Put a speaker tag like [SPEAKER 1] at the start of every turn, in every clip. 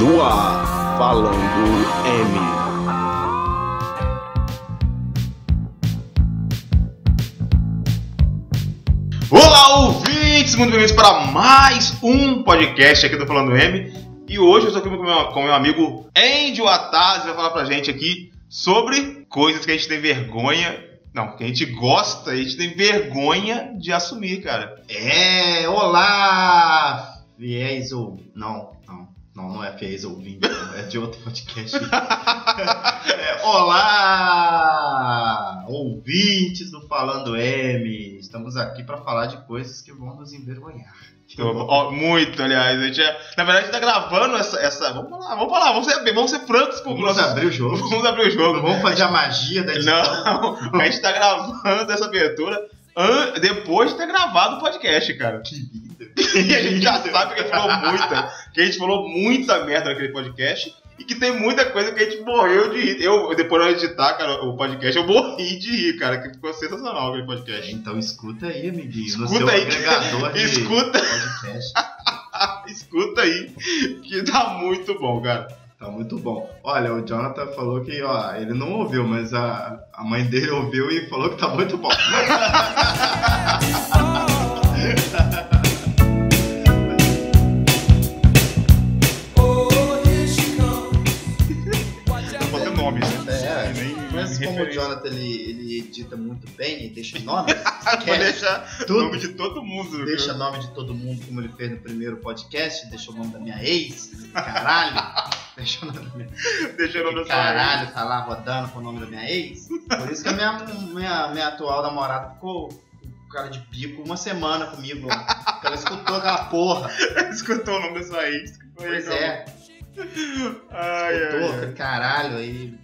[SPEAKER 1] No ar, falando M. Olá, ouvintes! Muito bem-vindos para mais um podcast aqui do Falando M. E hoje eu estou aqui com meu, com meu amigo Angel Ataz, vai falar pra gente aqui sobre coisas que a gente tem vergonha. Não, que a gente gosta, a gente tem vergonha de assumir, cara.
[SPEAKER 2] É, olá, fiéis ou... Não, não, não, não é fiéis ouvintes, é de outro podcast. É, olá, ouvintes do Falando M, estamos aqui para falar de coisas que vão nos envergonhar.
[SPEAKER 1] Então, Ó, muito, aliás. A gente é- na verdade, a gente tá gravando essa. essa vamos lá, vamos falar, vamos ser, vamos ser francos com o
[SPEAKER 2] Vamos
[SPEAKER 1] nosso.
[SPEAKER 2] abrir o jogo,
[SPEAKER 1] Vamos abrir o jogo.
[SPEAKER 2] vamos fazer a magia da edição.
[SPEAKER 1] Não, a gente tá gravando essa abertura an- depois de ter gravado o podcast, cara.
[SPEAKER 2] Que lindo.
[SPEAKER 1] E a gente já sabe que a gente falou muita, que a gente falou muita merda naquele podcast e que tem muita coisa que a gente morreu de rir. Eu, depois de eu editar, cara, o podcast, eu morri de rir, cara, que ficou sensacional aquele
[SPEAKER 2] É,
[SPEAKER 1] podcast.
[SPEAKER 2] Então escuta aí, amiguinho, no
[SPEAKER 1] Escuta
[SPEAKER 2] seu
[SPEAKER 1] aí,
[SPEAKER 2] agregador de
[SPEAKER 1] Escuta,
[SPEAKER 2] podcast.
[SPEAKER 1] escuta aí, que tá muito bom, cara.
[SPEAKER 2] Tá muito bom. Olha, o Jonathan falou que, ó, ele não ouviu, mas a, a mãe dele ouviu e falou que tá muito bom.
[SPEAKER 1] Não vou ter nomes, né?
[SPEAKER 2] É,
[SPEAKER 1] Nem-
[SPEAKER 2] mas
[SPEAKER 1] nem
[SPEAKER 2] como o
[SPEAKER 1] referência.
[SPEAKER 2] Jonathan ele, ele edita muito bem e deixa nomes,
[SPEAKER 1] Vou
[SPEAKER 2] esquece
[SPEAKER 1] deixar o
[SPEAKER 2] tudo,
[SPEAKER 1] nome de todo mundo. viu?
[SPEAKER 2] deixa nome de todo mundo, como ele fez no primeiro podcast, deixa o nome da minha ex, caralho. Deixa o nome da minha
[SPEAKER 1] Deixa o nome da sua
[SPEAKER 2] Caralho, tá lá rodando com o nome da minha ex. Por isso que a minha, minha, minha atual namorada ficou com cara de bico uma semana comigo. Porque ela escutou aquela porra.
[SPEAKER 1] Escutou o nome da sua ex. Foi
[SPEAKER 2] Pois
[SPEAKER 1] legal.
[SPEAKER 2] é,
[SPEAKER 1] Ai, ai, ai.
[SPEAKER 2] escutou, caralho, aí.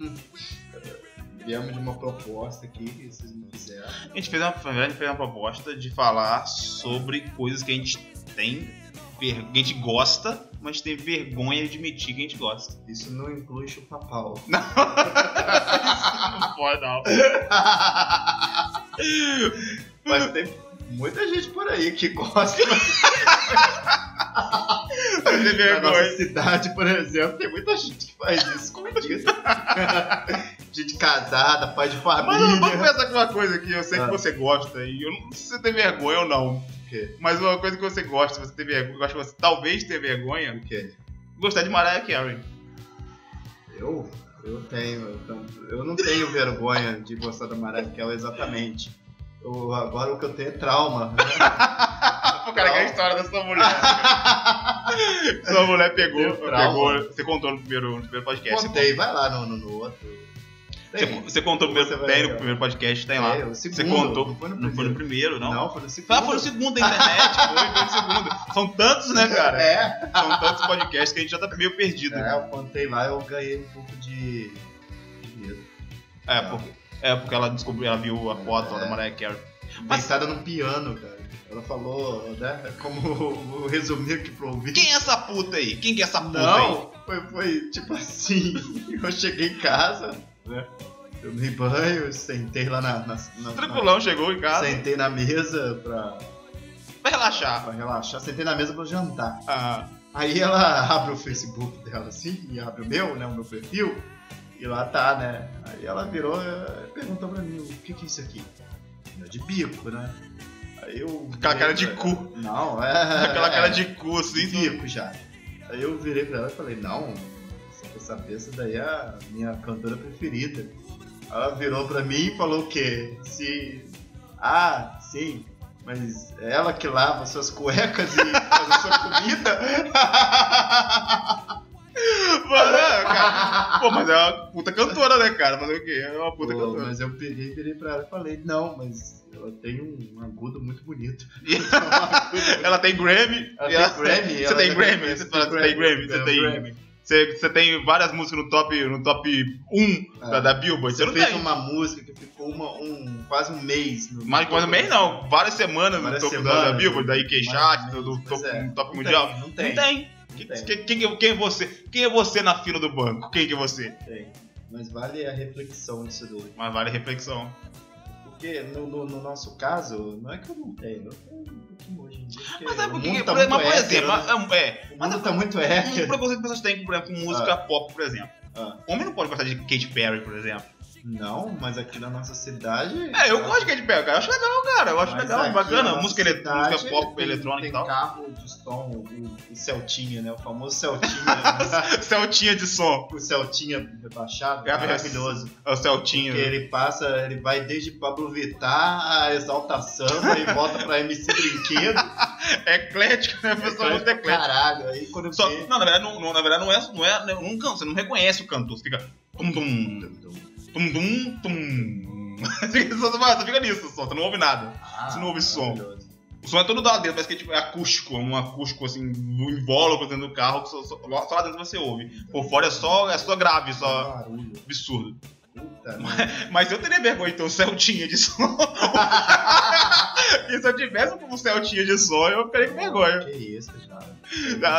[SPEAKER 2] hum, Viemos de uma proposta aqui que vocês não fizeram.
[SPEAKER 1] A gente fez uma, na verdade, fez uma proposta de falar sobre coisas que a gente tem, ver- que a gente gosta, mas tem vergonha de admitir que a gente gosta.
[SPEAKER 2] Isso não inclui chupa-pau. Ah,
[SPEAKER 1] Não pode, não.
[SPEAKER 2] Mas tem muita gente por aí que gosta.
[SPEAKER 1] Tem
[SPEAKER 2] Na nossa
[SPEAKER 1] vergonha.
[SPEAKER 2] cidade, por exemplo, tem muita gente que faz isso escondido. gente casada, pai de
[SPEAKER 1] Mas eu vou
[SPEAKER 2] família.
[SPEAKER 1] pensar com uma coisa que eu sei
[SPEAKER 2] Ah.
[SPEAKER 1] que você gosta, e eu não sei se você tem vergonha ou não.
[SPEAKER 2] quê?
[SPEAKER 1] Mas uma coisa que você gosta, você tem vergonha, eu acho que você talvez tenha vergonha,
[SPEAKER 2] O quê?
[SPEAKER 1] gostar de Mariah Carey.
[SPEAKER 2] Eu? Eu tenho. Eu, tam- eu não tenho vergonha de gostar da Mariah Carey exatamente. Eu, agora o que eu tenho é trauma.
[SPEAKER 1] O cara quer a história da sua mulher. cara. sua mulher pegou,
[SPEAKER 2] Deu trauma.
[SPEAKER 1] pegou. Você contou no primeiro, no primeiro podcast.
[SPEAKER 2] Contei, vai lá no, no, no outro.
[SPEAKER 1] Você, você contou no primeiro,
[SPEAKER 2] Você vai
[SPEAKER 1] tem no
[SPEAKER 2] ver, ó.
[SPEAKER 1] primeiro podcast, tem lá.
[SPEAKER 2] É, o segundo,
[SPEAKER 1] contou.
[SPEAKER 2] Não foi
[SPEAKER 1] Não
[SPEAKER 2] no primeiro.
[SPEAKER 1] foi no primeiro, não?
[SPEAKER 2] Não, foi no segundo.
[SPEAKER 1] Ah, foi no segundo da internet, foi, foi no segundo. São tantos, né, cara?
[SPEAKER 2] É,
[SPEAKER 1] São tantos podcasts que a gente já tá meio perdido. É,
[SPEAKER 2] é, eu contei lá, eu ganhei um pouco de. de medo.
[SPEAKER 1] porque, é porque ela descobriu, ela viu a foto lá da
[SPEAKER 2] É.
[SPEAKER 1] Mariah Carey. Mas-
[SPEAKER 2] Deitada no piano, cara. Ela falou, né? Como vou resumir aqui pra ouvir.
[SPEAKER 1] Quem é essa puta aí? Quem que é essa puta aí?
[SPEAKER 2] Não, foi, foi tipo assim. Eu cheguei em casa, né? Tomei banho, sentei lá na. na, na-
[SPEAKER 1] Tranquilão, chegou em
[SPEAKER 2] na-
[SPEAKER 1] casa.
[SPEAKER 2] Sentei na mesa pra,
[SPEAKER 1] Vai relaxar.
[SPEAKER 2] pra relaxar, sentei na mesa pra jantar.
[SPEAKER 1] Ah,
[SPEAKER 2] Aí ela abre o Facebook dela assim, e abre o meu, né? O meu perfil, e lá tá, né? Aí ela virou eh, e perguntou pra mim, o que que é isso aqui? Eu de bico, né? Aí eu.
[SPEAKER 1] Aquela cara de cu.
[SPEAKER 2] Não, é.
[SPEAKER 1] aquela cara
[SPEAKER 2] é,
[SPEAKER 1] de cu, assim.
[SPEAKER 2] de bico já. Aí eu virei pra ela e falei, não, você quer saber, essa daí é a minha cantora preferida. Ela virou pra mim e falou o quê? Se. Ah, sim, mas ela que lava suas cuecas e faz a sua comida.
[SPEAKER 1] Mano, é, cara. Pô, mas é uma puta cantora, né, cara? Mas o quê? É uma puta
[SPEAKER 2] Pô,
[SPEAKER 1] cantora.
[SPEAKER 2] mas eu peguei e virei pra ela e falei, não, mas ela tem um agudo muito bonito.
[SPEAKER 1] Ela tem Grammy.
[SPEAKER 2] Ela
[SPEAKER 1] e
[SPEAKER 2] tem Grammy,
[SPEAKER 1] Você
[SPEAKER 2] ela
[SPEAKER 1] tem
[SPEAKER 2] tem
[SPEAKER 1] Grammy?
[SPEAKER 2] Grammy,
[SPEAKER 1] Você
[SPEAKER 2] tem
[SPEAKER 1] fala, você tem Grammy?
[SPEAKER 2] Grammy,
[SPEAKER 1] Você
[SPEAKER 2] tem
[SPEAKER 1] tem.
[SPEAKER 2] Grammy.
[SPEAKER 1] Você, você tem várias músicas no top, no top 1
[SPEAKER 2] É.
[SPEAKER 1] da, da Billboard. Você,
[SPEAKER 2] Você
[SPEAKER 1] não
[SPEAKER 2] fez
[SPEAKER 1] tem.
[SPEAKER 2] uma música que ficou uma- um, quase um mês. No
[SPEAKER 1] Mais quase meio não, várias semanas
[SPEAKER 2] Várias
[SPEAKER 1] no topo da- da
[SPEAKER 2] semanas,
[SPEAKER 1] Billboard, da IK
[SPEAKER 2] mais
[SPEAKER 1] Chat,
[SPEAKER 2] ou
[SPEAKER 1] do,
[SPEAKER 2] menos,
[SPEAKER 1] do
[SPEAKER 2] pois
[SPEAKER 1] topo,
[SPEAKER 2] é.
[SPEAKER 1] no top
[SPEAKER 2] Não
[SPEAKER 1] mundial.
[SPEAKER 2] tem, não tem.
[SPEAKER 1] Que-
[SPEAKER 2] tem.
[SPEAKER 1] que- Quem, que- quem é você? Quem é você na fila do banco? Quem que é você?
[SPEAKER 2] Tem. Mas vale a reflexão disso daí.
[SPEAKER 1] Mas vale a reflexão.
[SPEAKER 2] Porque no, no- no nosso caso, não é que eu não tenho, eu tenho um pouquinho hoje em dia. porque
[SPEAKER 1] Mas é
[SPEAKER 2] o
[SPEAKER 1] porque,
[SPEAKER 2] mundo tá
[SPEAKER 1] por-
[SPEAKER 2] muito
[SPEAKER 1] mas por
[SPEAKER 2] hétero,
[SPEAKER 1] exemplo,
[SPEAKER 2] né?
[SPEAKER 1] é, é,
[SPEAKER 2] o
[SPEAKER 1] mas
[SPEAKER 2] mundo tá muito hétero.
[SPEAKER 1] um preconceito que as pessoas têm, por exemplo, com música pop, por exemplo.
[SPEAKER 2] Ah,
[SPEAKER 1] Homem não pode gostar de Katy Perry, por exemplo.
[SPEAKER 2] não, mas aqui na nossa cidade...
[SPEAKER 1] É, eu gosto de Katy Perry, cara. Eu acho legal, cara. Eu acho
[SPEAKER 2] Mas
[SPEAKER 1] legal,
[SPEAKER 2] aqui na
[SPEAKER 1] bacana.
[SPEAKER 2] nossa
[SPEAKER 1] Música, ele...
[SPEAKER 2] cidade
[SPEAKER 1] música pop,
[SPEAKER 2] tem-
[SPEAKER 1] eletrônica e
[SPEAKER 2] tem
[SPEAKER 1] tal.
[SPEAKER 2] carro de som, o, o Celtinha, né? O famoso Celtinha. né?
[SPEAKER 1] Celtinha de som.
[SPEAKER 2] o Celtinha rebaixado,
[SPEAKER 1] É,
[SPEAKER 2] maravilhoso.
[SPEAKER 1] É o
[SPEAKER 2] Porque
[SPEAKER 1] Celtinha.
[SPEAKER 2] ele passa, ele vai desde Pablo Vittar a Exalta Samba e volta pra MC Brinquedo.
[SPEAKER 1] É eclético, né? A pessoa é muito
[SPEAKER 2] Eclético,
[SPEAKER 1] eclética.
[SPEAKER 2] Caralho, aí quando
[SPEAKER 1] Só,
[SPEAKER 2] vê-
[SPEAKER 1] não, na verdade, não, não, na verdade não é, não é, não, não, você não reconhece o cantor, você fica tum tum tum tum tum. Você só- só fica nisso só, você não ouve nada.
[SPEAKER 2] Ah,
[SPEAKER 1] Você não ouve som.
[SPEAKER 2] maravilhoso.
[SPEAKER 1] O som é todo dado dentro, parece que é, tipo, é acústico, é um acústico assim, um invólucro dentro do carro, que só, só, só lá dentro você ouve. Por fora é só, é só grave, só
[SPEAKER 2] Barulho.
[SPEAKER 1] absurdo.
[SPEAKER 2] Puta, merda.
[SPEAKER 1] Mas eu teria vergonha de ter um Celtinha de som. e se eu tivesse um Celtinha de som, eu ficaria com vergonha.
[SPEAKER 2] Que isso, cara.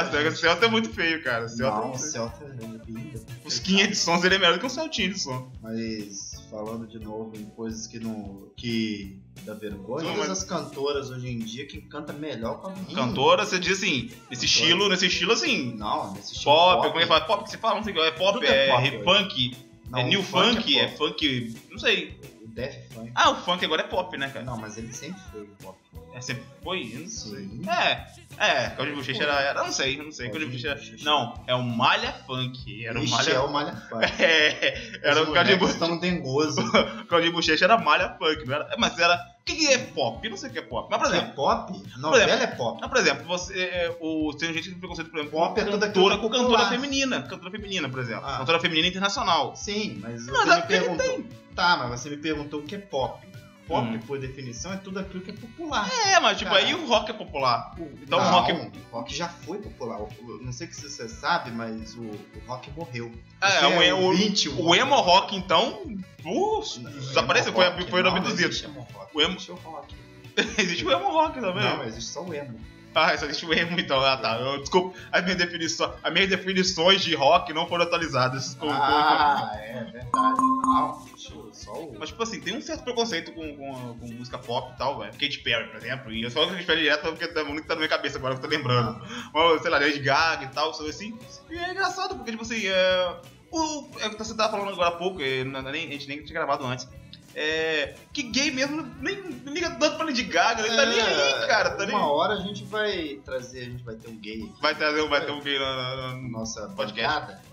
[SPEAKER 1] Nossa, o Celta é muito feio, cara. O Celta é
[SPEAKER 2] Não,
[SPEAKER 1] muito
[SPEAKER 2] o
[SPEAKER 1] feio.
[SPEAKER 2] Celta é lindo.
[SPEAKER 1] Fusquinha de som seria melhor do que um Celtinha de som.
[SPEAKER 2] Mas falando de novo em coisas que não. que dá vergonha.
[SPEAKER 1] Não,
[SPEAKER 2] Todas
[SPEAKER 1] mas-
[SPEAKER 2] as cantoras hoje em dia que canta melhor com a menina.
[SPEAKER 1] Cantora, você diz assim, nesse
[SPEAKER 2] Cantora.
[SPEAKER 1] estilo, nesse estilo assim,
[SPEAKER 2] Não, né, nesse estilo
[SPEAKER 1] pop, como é que fala? Pop que você fala, não sei o que, é pop,
[SPEAKER 2] Tudo
[SPEAKER 1] é,
[SPEAKER 2] é pop,
[SPEAKER 1] re-
[SPEAKER 2] velho.
[SPEAKER 1] funk,
[SPEAKER 2] Não,
[SPEAKER 1] é
[SPEAKER 2] o
[SPEAKER 1] new funk, é,
[SPEAKER 2] pop.
[SPEAKER 1] funk, não sei.
[SPEAKER 2] O Def Funk.
[SPEAKER 1] Ah, o funk agora é pop, né, cara?
[SPEAKER 2] Não, mas ele sempre foi pop.
[SPEAKER 1] É, sempre foi, eu não sei.
[SPEAKER 2] Sim.
[SPEAKER 1] É, é, Código de Bochecha era, era, não sei, não sei, Código
[SPEAKER 2] Código
[SPEAKER 1] de
[SPEAKER 2] de
[SPEAKER 1] Bochecha,
[SPEAKER 2] Bochecha.
[SPEAKER 1] não, é o Malha Funk, era o
[SPEAKER 2] Ixi,
[SPEAKER 1] Malha...
[SPEAKER 2] é o Malha Funk.
[SPEAKER 1] É, era
[SPEAKER 2] Os
[SPEAKER 1] o Código de
[SPEAKER 2] moleques
[SPEAKER 1] Bochecha-
[SPEAKER 2] tão dengoso.
[SPEAKER 1] Código de Bochecha era Malha Funk, não era, mas era, o que que é pop? Eu não sei o que é pop, mas por exemplo...
[SPEAKER 2] É pop? Novela é pop.
[SPEAKER 1] Ah, por exemplo, você, é, o, tem gente que tem preconceito, por exemplo,
[SPEAKER 2] Pop
[SPEAKER 1] com
[SPEAKER 2] é toda
[SPEAKER 1] cantora,
[SPEAKER 2] aquela
[SPEAKER 1] com
[SPEAKER 2] popular.
[SPEAKER 1] cantora feminina. Cantora feminina, por exemplo.
[SPEAKER 2] Ah.
[SPEAKER 1] Cantora feminina internacional.
[SPEAKER 2] Sim,
[SPEAKER 1] Mas
[SPEAKER 2] mas você
[SPEAKER 1] é
[SPEAKER 2] me
[SPEAKER 1] porque ele
[SPEAKER 2] perguntou. Tá, mas você me perguntou o que é pop. Pop,
[SPEAKER 1] Hum.
[SPEAKER 2] por definição, é tudo aquilo que é popular.
[SPEAKER 1] É, mas tipo,
[SPEAKER 2] Cara.
[SPEAKER 1] aí o rock é popular. Então
[SPEAKER 2] Não,
[SPEAKER 1] o rock.
[SPEAKER 2] rock já foi popular. O- Não sei se você sabe, mas o, o rock morreu.
[SPEAKER 1] É,
[SPEAKER 2] Você
[SPEAKER 1] o, o,
[SPEAKER 2] ouvinte,
[SPEAKER 1] o emo rock, então. Uh,
[SPEAKER 2] Não,
[SPEAKER 1] desapareceu,
[SPEAKER 2] emo
[SPEAKER 1] foi,
[SPEAKER 2] rock,
[SPEAKER 1] foi
[SPEAKER 2] não,
[SPEAKER 1] abduzido.
[SPEAKER 2] existe emo rock,
[SPEAKER 1] O emo- Tá
[SPEAKER 2] existe o rock.
[SPEAKER 1] Existe o emo rock também.
[SPEAKER 2] Não, existe só o emo.
[SPEAKER 1] Ah, só existe o emo então. Ah, tá. Eu- desculpa, as minhas, definições, as minhas definições de rock não foram atualizadas. Com- com-
[SPEAKER 2] ah, é verdade. Não, existe o- só o...
[SPEAKER 1] Mas, tipo assim, tem um certo preconceito com, com, com música pop e tal, velho. Katy Perry, por exemplo. E eu só falo Katy Perry direto porque é o único que tá na minha cabeça agora, que eu tô lembrando. Ou, sei lá, Lady Gaga e tal, sabe assim. E é engraçado, porque, tipo assim, é... O, é o que você tava falando agora há pouco, e não- é nem- a gente nem tinha gravado antes. É... Que gay mesmo nem nem liga tanto pra Lady Gaga, nem tá nem aí, cara. Tá
[SPEAKER 2] É, Uma
[SPEAKER 1] nem...
[SPEAKER 2] hora a gente vai trazer, a gente vai ter um gay aqui
[SPEAKER 1] Vai, trazer, um- vai ter um gay na... na- na-
[SPEAKER 2] na nossa
[SPEAKER 1] Podcast.
[SPEAKER 2] bancada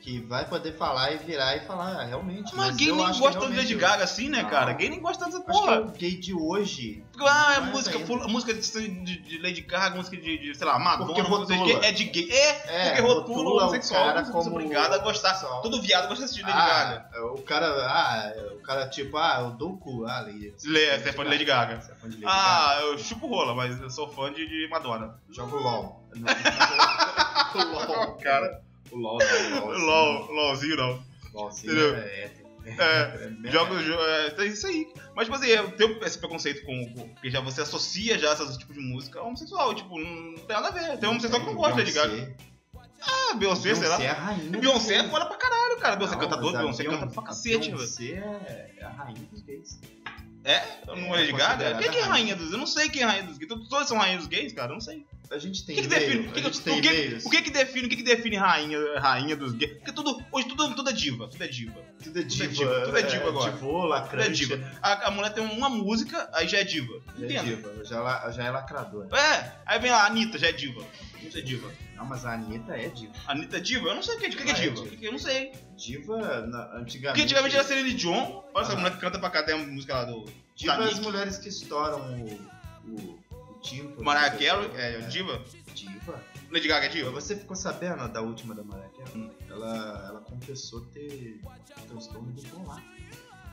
[SPEAKER 2] que vai poder falar e virar e falar, ah, realmente.
[SPEAKER 1] Mas gay
[SPEAKER 2] eu
[SPEAKER 1] nem
[SPEAKER 2] acho
[SPEAKER 1] gosta
[SPEAKER 2] que
[SPEAKER 1] tanto de Lady
[SPEAKER 2] realmente eu-
[SPEAKER 1] Gaga assim, né,
[SPEAKER 2] Não.
[SPEAKER 1] cara? Gay nem gosta tanto dessa
[SPEAKER 2] Acho que
[SPEAKER 1] porra.
[SPEAKER 2] o gay de hoje.
[SPEAKER 1] Ah, é
[SPEAKER 2] Mas
[SPEAKER 1] música,
[SPEAKER 2] ainda.
[SPEAKER 1] fula- música de, de Lady Gaga, música de, de, sei lá, Madonna,
[SPEAKER 2] Porque
[SPEAKER 1] não sei o
[SPEAKER 2] rotula.
[SPEAKER 1] que, é de gay. É,
[SPEAKER 2] É,
[SPEAKER 1] porque rotula o
[SPEAKER 2] rotula o
[SPEAKER 1] homossexual,
[SPEAKER 2] cara
[SPEAKER 1] você é
[SPEAKER 2] como
[SPEAKER 1] obrigado a gostar.
[SPEAKER 2] homossexual.
[SPEAKER 1] Todo viado gosta de assistir Lady Gaga.
[SPEAKER 2] Ah, o cara, ah, o cara tipo, ah, eu dou o cu, ah, Lady.
[SPEAKER 1] Lê, você é fã de Lady Gaga.
[SPEAKER 2] Você é fã de Lady Gaga.
[SPEAKER 1] Ah, eu chupo rola, mas eu sou fã de, de Madonna.
[SPEAKER 2] Joga o LOL. Não, não, não. o LOL,
[SPEAKER 1] Cara.
[SPEAKER 2] O LOL, não, o LOL.
[SPEAKER 1] LOL, LOLzinho não. Entendeu?
[SPEAKER 2] LOLzinho é hétero.
[SPEAKER 1] É,
[SPEAKER 2] É,
[SPEAKER 1] Jogo, jo- é, é isso aí. Mas, tipo assim, eu tenho esse preconceito com. com porque já você associa já esses tipos de música a homossexual. Tipo, não tem nada a ver. Tem um homossexual que não gosta de Lady Gaga.
[SPEAKER 2] é, Beyoncé.
[SPEAKER 1] Ah, Beyoncé, sei lá.
[SPEAKER 2] Beyoncé é a rainha.
[SPEAKER 1] Beyoncé é foda pra caralho, cara. Beyoncé é
[SPEAKER 2] Não, um
[SPEAKER 1] cantador,
[SPEAKER 2] mas a
[SPEAKER 1] Beyoncé canta
[SPEAKER 2] Beyon-
[SPEAKER 1] pra
[SPEAKER 2] a
[SPEAKER 1] cacete, velho.
[SPEAKER 2] Beyoncé é é a rainha dos gays.
[SPEAKER 1] Eu
[SPEAKER 2] É,
[SPEAKER 1] Então, não olho de Gaga?
[SPEAKER 2] considerada
[SPEAKER 1] Quem que é
[SPEAKER 2] rainha.
[SPEAKER 1] rainha dos gays? Eu não sei quem é rainha dos gays. Todos todos são rainha dos gays, cara? Eu não sei.
[SPEAKER 2] A gente
[SPEAKER 1] O
[SPEAKER 2] tem
[SPEAKER 1] que, que
[SPEAKER 2] e-mail,
[SPEAKER 1] define? O
[SPEAKER 2] a
[SPEAKER 1] que,
[SPEAKER 2] gente
[SPEAKER 1] que-
[SPEAKER 2] tem
[SPEAKER 1] o que-
[SPEAKER 2] e-mails.
[SPEAKER 1] o que que define? O que, que define rainha, rainha dos gays? Porque tudo, hoje tudo, tudo é diva. Tudo é diva.
[SPEAKER 2] Tudo é
[SPEAKER 1] Tudo é
[SPEAKER 2] diva,
[SPEAKER 1] diva, tudo é diva agora.
[SPEAKER 2] Divô,
[SPEAKER 1] Tudo é
[SPEAKER 2] lacrante.
[SPEAKER 1] diva. A, a mulher tem uma música, aí já é diva.
[SPEAKER 2] Tudo é
[SPEAKER 1] Entenda.
[SPEAKER 2] diva, já, la- já é lacradora.
[SPEAKER 1] É, aí vem a Anitta, já é diva. Anitta é diva.
[SPEAKER 2] Não, mas a Anitta é diva.
[SPEAKER 1] Anitta é diva? Eu não sei o que é, o que é
[SPEAKER 2] Ah, é
[SPEAKER 1] diva.
[SPEAKER 2] diva.
[SPEAKER 1] O que que- Eu não sei.
[SPEAKER 2] Diva, na- antigamente...
[SPEAKER 1] Porque antigamente era Celine Dion. Olha essa
[SPEAKER 2] Ah.
[SPEAKER 1] mulher que canta pra cá, tem a música lá do
[SPEAKER 2] Diva é as
[SPEAKER 1] Titanic.
[SPEAKER 2] mulheres que estouram o, o, Tipo, o tímpano.
[SPEAKER 1] Mariah Carey. É, diva.
[SPEAKER 2] Diva.
[SPEAKER 1] Lady Gaga é
[SPEAKER 2] Mas
[SPEAKER 1] diva.
[SPEAKER 2] Você ficou sabendo da última da Mariah Carey?
[SPEAKER 1] Hum.
[SPEAKER 2] Ela, ela confessou ter transtorno bipolar.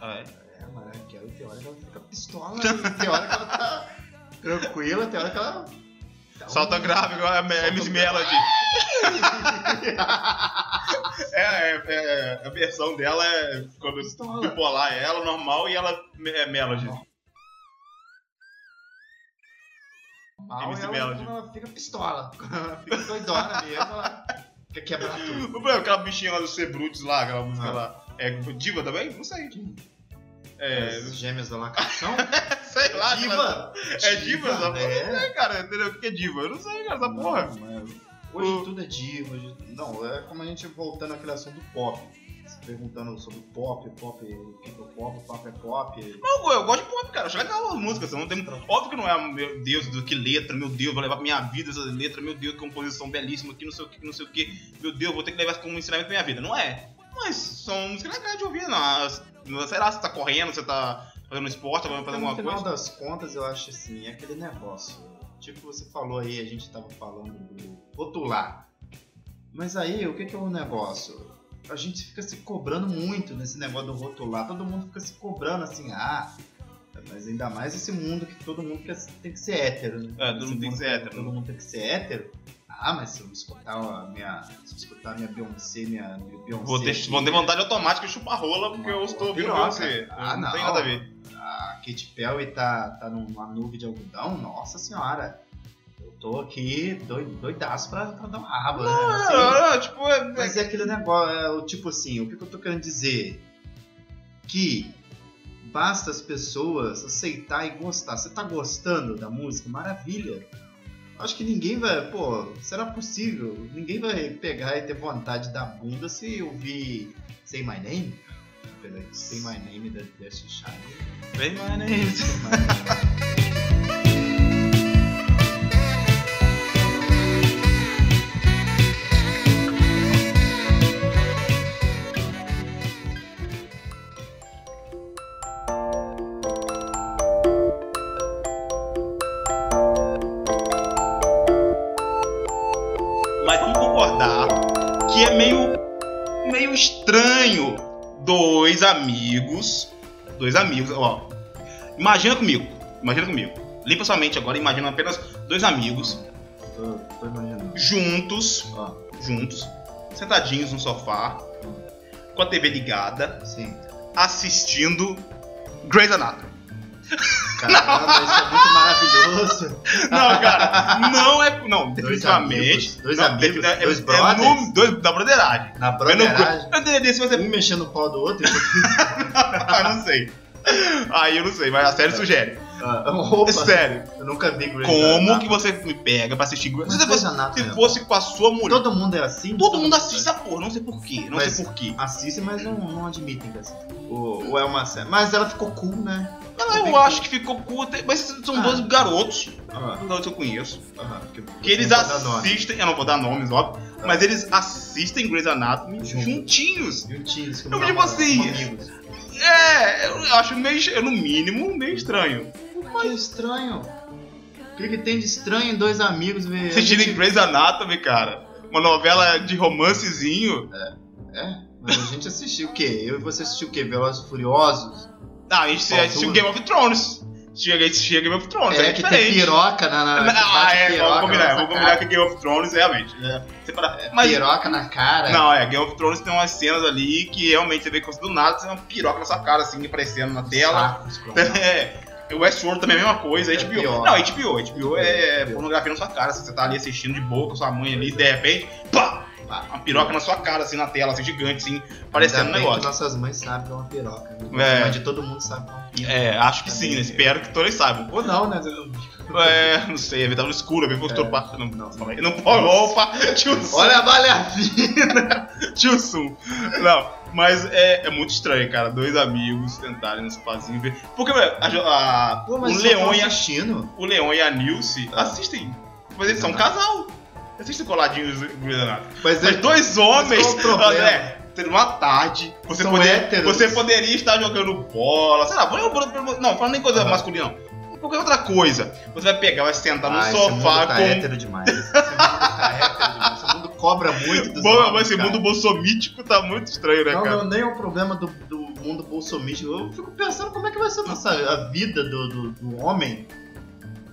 [SPEAKER 1] Ah, é.
[SPEAKER 2] É, mano, aquela tem hora que ela fica pistola, tem hora que ela tá tranquila, tem hora que ela. dá um-
[SPEAKER 1] Salta grave, igual a
[SPEAKER 2] Salta
[SPEAKER 1] Miss
[SPEAKER 2] grave.
[SPEAKER 1] Melody. É, é, é, a versão dela é quando
[SPEAKER 2] Pistola.
[SPEAKER 1] bipolar é ela normal e ela é Melody.
[SPEAKER 2] Mal,
[SPEAKER 1] MC
[SPEAKER 2] ela,
[SPEAKER 1] Melody.
[SPEAKER 2] quando ela fica pistola, quando ela fica doidona mesmo, ela quer quebrar tudo.
[SPEAKER 1] O problema é aquela bichinha lá do Sebrutis lá, aquela música
[SPEAKER 2] Ah.
[SPEAKER 1] lá. É diva também? Não sei. É,
[SPEAKER 2] As gêmeas da lacração?
[SPEAKER 1] sei lá. cara.
[SPEAKER 2] diva!
[SPEAKER 1] É diva essa porra?
[SPEAKER 2] É.
[SPEAKER 1] Não sei, cara. Entendeu? O que que é diva? Eu não sei, cara, essa
[SPEAKER 2] Não,
[SPEAKER 1] porra.
[SPEAKER 2] mas
[SPEAKER 1] O-
[SPEAKER 2] Hoje tudo é diva. Hoje... Não, é como a gente voltando àquele assunto pop. Se perguntando sobre pop, pop, o que que é pop, pop é pop.
[SPEAKER 1] Não, eu gosto de pop, cara. Eu acho legal as músicas. Eu não tenho... Óbvio que não é, meu Deus, do que letra, meu Deus, vou levar pra minha vida essa letra, meu Deus, que composição belíssima, que não sei o que, que não sei o que, meu Deus, vou ter que levar isso como um ensinamento pra minha vida. Não é. Mas são músicas legais de ouvir, não. Sei lá, você tá correndo, você tá fazendo esporte, tá fazendo
[SPEAKER 2] no
[SPEAKER 1] alguma
[SPEAKER 2] final
[SPEAKER 1] coisa.
[SPEAKER 2] das contas, eu acho assim, é aquele negócio. Tipo você falou aí, a gente tava falando do rotular. Mas aí, o que que é o negócio? A gente fica se cobrando muito nesse negócio do rotular. Todo mundo fica se cobrando assim, ah... Mas ainda mais esse mundo que todo mundo quer- tem que ser hétero. né?
[SPEAKER 1] É, todo
[SPEAKER 2] Esse
[SPEAKER 1] mundo tem que
[SPEAKER 2] mundo
[SPEAKER 1] ser hétero.
[SPEAKER 2] todo mundo tem que ser hétero. Ah, mas se eu escutar a minha. Se eu escutar a minha Beyoncé, minha, minha Beyoncé.
[SPEAKER 1] Vou ter,
[SPEAKER 2] aqui,
[SPEAKER 1] vão ter vontade automática de chupar rola porque eu estou ouvindo
[SPEAKER 2] Piroca.
[SPEAKER 1] você.
[SPEAKER 2] Ah,
[SPEAKER 1] não,
[SPEAKER 2] não.
[SPEAKER 1] tem nada a ver.
[SPEAKER 2] a Katy Perry tá, tá numa nuvem de algodão, nossa senhora. Eu tô aqui doido, doidaço pra, pra dar uma raba, né? Assim,
[SPEAKER 1] Ah, tipo, é,
[SPEAKER 2] mas é aquele negócio, é, o tipo assim, o que, que eu tô querendo dizer? Que basta as pessoas aceitar e gostar. Você tá gostando da música? Maravilha! Acho que ninguém vai, pô, será possível? Ninguém vai pegar e ter vontade da bunda se ouvir Say My Name? Peraí, Say My Name da Destiny Child.
[SPEAKER 1] Say my name. Mas vamos concordar que é meio, meio estranho dois amigos. Dois amigos, ó. Imagina comigo. Imagina comigo. Limpa sua mente agora, e imagina apenas dois amigos
[SPEAKER 2] Tô, tô imaginando.
[SPEAKER 1] juntos,
[SPEAKER 2] Ó,
[SPEAKER 1] juntos, sentadinhos no sofá, com a TV ligada,
[SPEAKER 2] sim.
[SPEAKER 1] assistindo Grey's Anatomy.
[SPEAKER 2] Caramba, isso é muito maravilhoso.
[SPEAKER 1] Não, cara, não é. Não, definitivamente.
[SPEAKER 2] amigos, dois
[SPEAKER 1] não,
[SPEAKER 2] amigos,
[SPEAKER 1] defini- é-
[SPEAKER 2] dois
[SPEAKER 1] é
[SPEAKER 2] brothers.
[SPEAKER 1] no- dois da broderagem.
[SPEAKER 2] Na
[SPEAKER 1] Eu não,
[SPEAKER 2] broderagem,
[SPEAKER 1] eu entendi se você
[SPEAKER 2] um mexendo o pau do outro.
[SPEAKER 1] Ah, não sei. Aí eu não sei, mas a série sugere.
[SPEAKER 2] Ah, É. opa,
[SPEAKER 1] É sério.
[SPEAKER 2] eu nunca vi Grey's
[SPEAKER 1] Como
[SPEAKER 2] Anatomy.
[SPEAKER 1] que você me pega pra assistir Grey's
[SPEAKER 2] Mas
[SPEAKER 1] Se
[SPEAKER 2] Grey's
[SPEAKER 1] fosse,
[SPEAKER 2] Anatomy,
[SPEAKER 1] é se
[SPEAKER 2] né?
[SPEAKER 1] fosse com a sua mulher.
[SPEAKER 2] Todo mundo é assim?
[SPEAKER 1] Todo mundo assiste essa porra, não sei porquê. Não
[SPEAKER 2] Mas-
[SPEAKER 1] sei porquê.
[SPEAKER 2] Assiste, mas não, não admitem que assiste. Ou, ou é uma série. Mas ela ficou cool, né?
[SPEAKER 1] Ela, eu
[SPEAKER 2] Tem
[SPEAKER 1] acho que ficou curta, mas são
[SPEAKER 2] Ah.
[SPEAKER 1] dois garotos,
[SPEAKER 2] Ah,
[SPEAKER 1] garotos que eu conheço,
[SPEAKER 2] ah, porque-
[SPEAKER 1] que eles
[SPEAKER 2] não vou dar nome.
[SPEAKER 1] assistem, eu não vou dar nomes, óbvio,
[SPEAKER 2] Tá.
[SPEAKER 1] mas eles assistem Grey's Anatomy
[SPEAKER 2] Junto.
[SPEAKER 1] juntinhos.
[SPEAKER 2] Juntinhos,
[SPEAKER 1] Eu,
[SPEAKER 2] como
[SPEAKER 1] tipo
[SPEAKER 2] namorados,
[SPEAKER 1] assim,
[SPEAKER 2] como amigos.
[SPEAKER 1] É, eu acho meio, eu, no mínimo, meio estranho.
[SPEAKER 2] Que estranho. O que, que tem de estranho em dois amigos? ver-
[SPEAKER 1] Assistirem Grey's Anatomy, cara, uma novela de romancezinho,
[SPEAKER 2] É, mas a gente assistiu o quê? Eu e você assistiu o quê? Velozes e Furiosos?
[SPEAKER 1] Ah, a gente
[SPEAKER 2] Faltou,
[SPEAKER 1] assistiu
[SPEAKER 2] né?
[SPEAKER 1] Game of Thrones. Chega, chega Game of Thrones, é,
[SPEAKER 2] é, que tem
[SPEAKER 1] diferente.
[SPEAKER 2] piroca na, na que
[SPEAKER 1] ah,
[SPEAKER 2] bate
[SPEAKER 1] é,
[SPEAKER 2] piroca
[SPEAKER 1] vamos combinar,
[SPEAKER 2] na
[SPEAKER 1] vamos
[SPEAKER 2] sacada.
[SPEAKER 1] combinar que Game of Thrones realmente. É, você para- mas,
[SPEAKER 2] Piroca na cara.
[SPEAKER 1] não, é, Game of Thrones tem umas cenas ali que realmente você vê que do nada tem uma piroca na sua cara, assim, aparecendo na tela.
[SPEAKER 2] Sacos, cara.
[SPEAKER 1] É, Westworld também é a mesma coisa,
[SPEAKER 2] É
[SPEAKER 1] HBO.
[SPEAKER 2] pior.
[SPEAKER 1] Não, HBO, HBO é
[SPEAKER 2] Pior.
[SPEAKER 1] pornografia na sua cara, assim, você tá ali assistindo de boa com sua mãe ali, e de repente, pá! Tá,
[SPEAKER 2] Pá.
[SPEAKER 1] Uma piroca na sua cara, assim, na tela, assim, gigante, assim, parecendo um
[SPEAKER 2] Ainda bem
[SPEAKER 1] negócio.
[SPEAKER 2] Que nossas mães sabem que é uma piroca.
[SPEAKER 1] É.
[SPEAKER 2] Né? Mas de todo mundo sabe que é uma piroca.
[SPEAKER 1] É, acho que sim, né? espero que todos saibam.
[SPEAKER 2] Ou não, né?
[SPEAKER 1] É, não sei, ele tava no escuro, ele postou
[SPEAKER 2] É.
[SPEAKER 1] pra. Não, não, fala aí. Não, opa, tio Sum.
[SPEAKER 2] Olha a balha fina.
[SPEAKER 1] tio Sum. Não, mas é, é muito estranho, cara. Dois amigos tentarem no sofazinho ver. Porque, velho, a jo- a-
[SPEAKER 2] Pô,
[SPEAKER 1] o,
[SPEAKER 2] mas
[SPEAKER 1] Leon e a,
[SPEAKER 2] Um assistindo.
[SPEAKER 1] o Leon e a Nilce assistem. Mas eles são um casal. Assistem coladinhos Guilherme. Mas
[SPEAKER 2] Mas é
[SPEAKER 1] dois homens.
[SPEAKER 2] qual o problema?
[SPEAKER 1] André, tendo uma tarde, você,
[SPEAKER 2] São
[SPEAKER 1] poder-
[SPEAKER 2] héteros.
[SPEAKER 1] você poderia estar jogando bola, sei lá, um vou- vou- vou- não, falando nem coisa
[SPEAKER 2] Aham.
[SPEAKER 1] masculina, não. Qualquer outra coisa. Você vai pegar, vai sentar no
[SPEAKER 2] Ah, esse
[SPEAKER 1] sofá
[SPEAKER 2] mundo tá
[SPEAKER 1] com
[SPEAKER 2] hétero demais. Esse mundo tá hétero demais. Esse mundo cobra muito dos
[SPEAKER 1] Bom,
[SPEAKER 2] homens,
[SPEAKER 1] mas esse
[SPEAKER 2] cara.
[SPEAKER 1] mundo bolsomítico tá muito estranho, né,
[SPEAKER 2] Não,
[SPEAKER 1] cara?
[SPEAKER 2] não, nem é o problema do, do mundo bolsominion. Eu fico pensando como é que vai ser a nossa, a vida do, do, do homem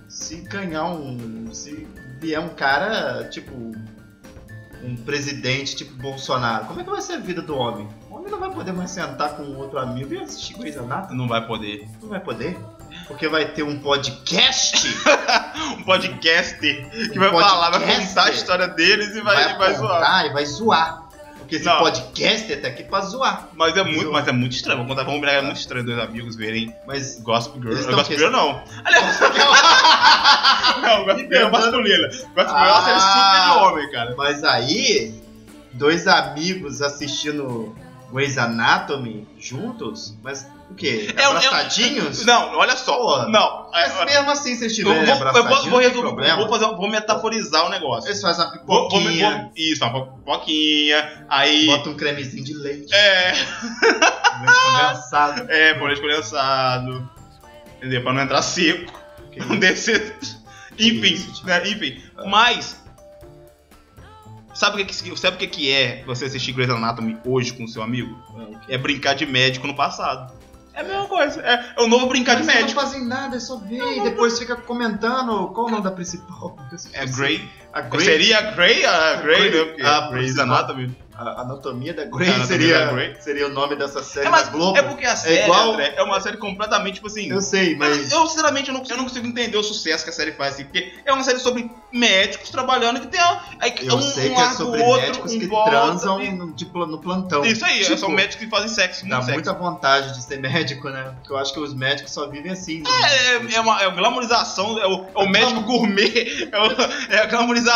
[SPEAKER 2] se ganhar um. Se vier um cara, tipo. Um presidente tipo Bolsonaro. Como é que vai ser a vida do homem? O homem não vai poder mais sentar com outro amigo e assistir Grey's Anatomy?
[SPEAKER 1] Não vai poder.
[SPEAKER 2] Não vai poder? Porque vai ter um podcast
[SPEAKER 1] Um podcaster que
[SPEAKER 2] Um
[SPEAKER 1] vai falar, vai
[SPEAKER 2] podcaster?
[SPEAKER 1] contar a história deles e vai, vai,
[SPEAKER 2] vai
[SPEAKER 1] zoar.
[SPEAKER 2] apontar e vai zoar. Porque esse
[SPEAKER 1] Não.
[SPEAKER 2] podcaster tá aqui pra zoar.
[SPEAKER 1] Mas é muito, mas é muito estranho. Vou contar pra um é muito estranho dois amigos verem
[SPEAKER 2] Mas.
[SPEAKER 1] Gossip Girl.
[SPEAKER 2] Eles
[SPEAKER 1] Não,
[SPEAKER 2] tão
[SPEAKER 1] Gossip
[SPEAKER 2] que-
[SPEAKER 1] Girl não. Aliás, não, Gossip Girl é masculina. Gossip Girl é uma série super de
[SPEAKER 2] Ah.
[SPEAKER 1] homem, cara.
[SPEAKER 2] Mas aí, dois amigos assistindo Grey's Anatomy juntos? Mas o quê?
[SPEAKER 1] É, é-
[SPEAKER 2] Abraçadinhos?
[SPEAKER 1] Não, olha só.
[SPEAKER 2] Pô,
[SPEAKER 1] Não, é-
[SPEAKER 2] Mas mesmo assim, se eles
[SPEAKER 1] eu vou, eu vou-
[SPEAKER 2] estiverem abraçadinhos,
[SPEAKER 1] vou
[SPEAKER 2] não tem
[SPEAKER 1] resolver-
[SPEAKER 2] problema.
[SPEAKER 1] vou fazer, um- vou metaforizar o negócio.
[SPEAKER 2] Eles fazem uma
[SPEAKER 1] Vou, vou,
[SPEAKER 2] pipoquinha,
[SPEAKER 1] vou- isso, uma pipoquinha, aí...
[SPEAKER 2] bota um cremezinho de leite. um
[SPEAKER 1] É,
[SPEAKER 2] leite condensado.
[SPEAKER 1] é, leite condensado, entendeu? Pra não entrar seco,
[SPEAKER 2] Que
[SPEAKER 1] não descer... Enfim,
[SPEAKER 2] isso, Thiago?
[SPEAKER 1] né? Enfim,
[SPEAKER 2] Ah.
[SPEAKER 1] mas... Sabe o que, que- sabe o que que é você assistir Grey's Anatomy hoje com seu amigo?
[SPEAKER 2] isso.
[SPEAKER 1] É brincar de médico no passado. É a mesma coisa, é, é o novo brincar de
[SPEAKER 2] Eles não
[SPEAKER 1] médico.
[SPEAKER 2] fazem nada, é só ver e depois fica comentando qual o nome da principal.
[SPEAKER 1] É Grey...
[SPEAKER 2] A Grey.
[SPEAKER 1] Seria a Grey? A Grey, né? Porque
[SPEAKER 2] Ah,
[SPEAKER 1] Grey's
[SPEAKER 2] principal.
[SPEAKER 1] Anatomy.
[SPEAKER 2] A anatomia da
[SPEAKER 1] A
[SPEAKER 2] Grey
[SPEAKER 1] anatomia da
[SPEAKER 2] seria,
[SPEAKER 1] Grey.
[SPEAKER 2] seria o nome dessa série
[SPEAKER 1] É, mas
[SPEAKER 2] da Globo.
[SPEAKER 1] é porque a série,
[SPEAKER 2] igual- É
[SPEAKER 1] André, é uma série completamente, tipo assim.
[SPEAKER 2] Eu sei, mas.
[SPEAKER 1] Eu, sinceramente, eu não, eu não consigo entender o sucesso que a série faz, assim, porque é uma série sobre médicos trabalhando que tem. a- Aí, que
[SPEAKER 2] Eu
[SPEAKER 1] um, um
[SPEAKER 2] sei que é
[SPEAKER 1] larga o
[SPEAKER 2] sobre
[SPEAKER 1] outro,
[SPEAKER 2] médicos
[SPEAKER 1] um
[SPEAKER 2] que
[SPEAKER 1] volta,
[SPEAKER 2] transam
[SPEAKER 1] e-
[SPEAKER 2] no, de pla- no plantão.
[SPEAKER 1] um Isso aí, é
[SPEAKER 2] Tipo,
[SPEAKER 1] são médicos que fazem sexo.
[SPEAKER 2] Dá
[SPEAKER 1] muito sexo.
[SPEAKER 2] muita vontade de ser médico, né? Porque eu acho que os médicos só vivem assim. né?
[SPEAKER 1] É, é uma, é uma glamorização, é o, é o médico gourmet, é, o- é a glamorização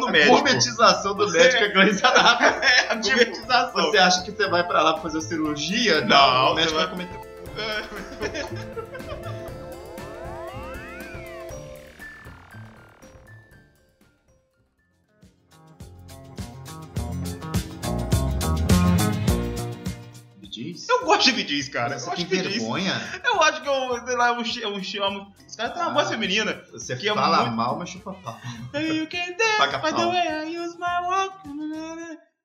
[SPEAKER 1] do
[SPEAKER 2] A
[SPEAKER 1] médico.
[SPEAKER 2] gourmetização do
[SPEAKER 1] Você-
[SPEAKER 2] médico é Grey's Anatomy.
[SPEAKER 1] É a
[SPEAKER 2] Tipo,
[SPEAKER 1] gourmetização.
[SPEAKER 2] Você acha que você vai pra lá pra fazer cirurgia?
[SPEAKER 1] Não,
[SPEAKER 2] o médico
[SPEAKER 1] você
[SPEAKER 2] vai comer diz?
[SPEAKER 1] Eu gosto de vidis, cara.
[SPEAKER 2] Você
[SPEAKER 1] eu acho
[SPEAKER 2] tem
[SPEAKER 1] que é vidis.
[SPEAKER 2] vergonha?
[SPEAKER 1] Eu acho que eu, sei lá, é um chi- é um chi- é um- Esse cara tem uma voz
[SPEAKER 2] Ah.
[SPEAKER 1] feminina.
[SPEAKER 2] Você
[SPEAKER 1] Que é
[SPEAKER 2] fala
[SPEAKER 1] muito-
[SPEAKER 2] mal, mas chupa pau.
[SPEAKER 1] You can dance
[SPEAKER 2] Paga
[SPEAKER 1] by the
[SPEAKER 2] pau.
[SPEAKER 1] way I use my walk.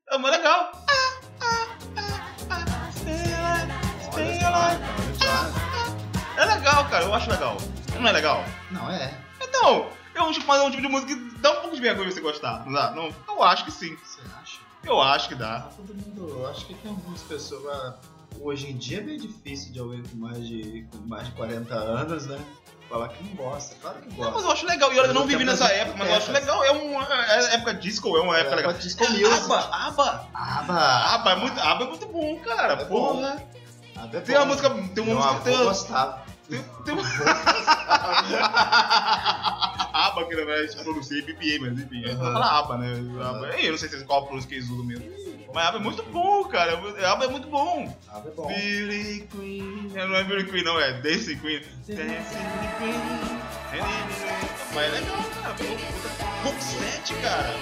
[SPEAKER 1] É muito legal. Ah, ah, ah, ah, stay alive,
[SPEAKER 2] Olha
[SPEAKER 1] stay
[SPEAKER 2] só,
[SPEAKER 1] alive.
[SPEAKER 2] olha só.
[SPEAKER 1] É legal, cara. Eu acho legal. Não é legal?
[SPEAKER 2] Não, é.
[SPEAKER 1] Então, eu acho que mas é um tipo de música que dá um pouco de vergonha você gostar. Não dá? Não, eu acho que sim.
[SPEAKER 2] Você acha?
[SPEAKER 1] Eu acho que
[SPEAKER 2] Ah,
[SPEAKER 1] dá.
[SPEAKER 2] todo mundo. Eu acho que tem algumas pessoas. ah, Hoje em dia é meio difícil de alguém com mais de, com mais de 40 anos, né? Falar que não gosta. Claro que
[SPEAKER 1] Não, mas
[SPEAKER 2] gosta.
[SPEAKER 1] eu acho legal. E olha, eu não
[SPEAKER 2] Mas
[SPEAKER 1] vivi
[SPEAKER 2] tem
[SPEAKER 1] nessa
[SPEAKER 2] umas
[SPEAKER 1] época, mas eu acho
[SPEAKER 2] épocas.
[SPEAKER 1] legal. É uma é época disco, é uma época legal.
[SPEAKER 2] Pode disco music.
[SPEAKER 1] Aba, aba,
[SPEAKER 2] Aba.
[SPEAKER 1] aba é muito, aba é muito bom, cara.
[SPEAKER 2] Ah. É bom.
[SPEAKER 1] Porra.
[SPEAKER 2] Aba é
[SPEAKER 1] Tem uma
[SPEAKER 2] bom.
[SPEAKER 1] música, tem uma
[SPEAKER 2] Meu
[SPEAKER 1] música,
[SPEAKER 2] avô
[SPEAKER 1] tem uma,
[SPEAKER 2] gostava.
[SPEAKER 1] tem, um- tem uma... aba que na verdade se pronuncia BBA, mas enfim, é
[SPEAKER 2] Aham.
[SPEAKER 1] fala aba, né? Aba. Eu não sei se qual pronúncia que eles usam mesmo. Mas aba é muito bom, cara. Aba é muito bom.
[SPEAKER 2] Aba é bom.
[SPEAKER 1] Billy Queen. Não é Billy Queen, não, é Dancing Queen. Dancing Queen. Mas é legal, cara. Pô, Rock set, cara.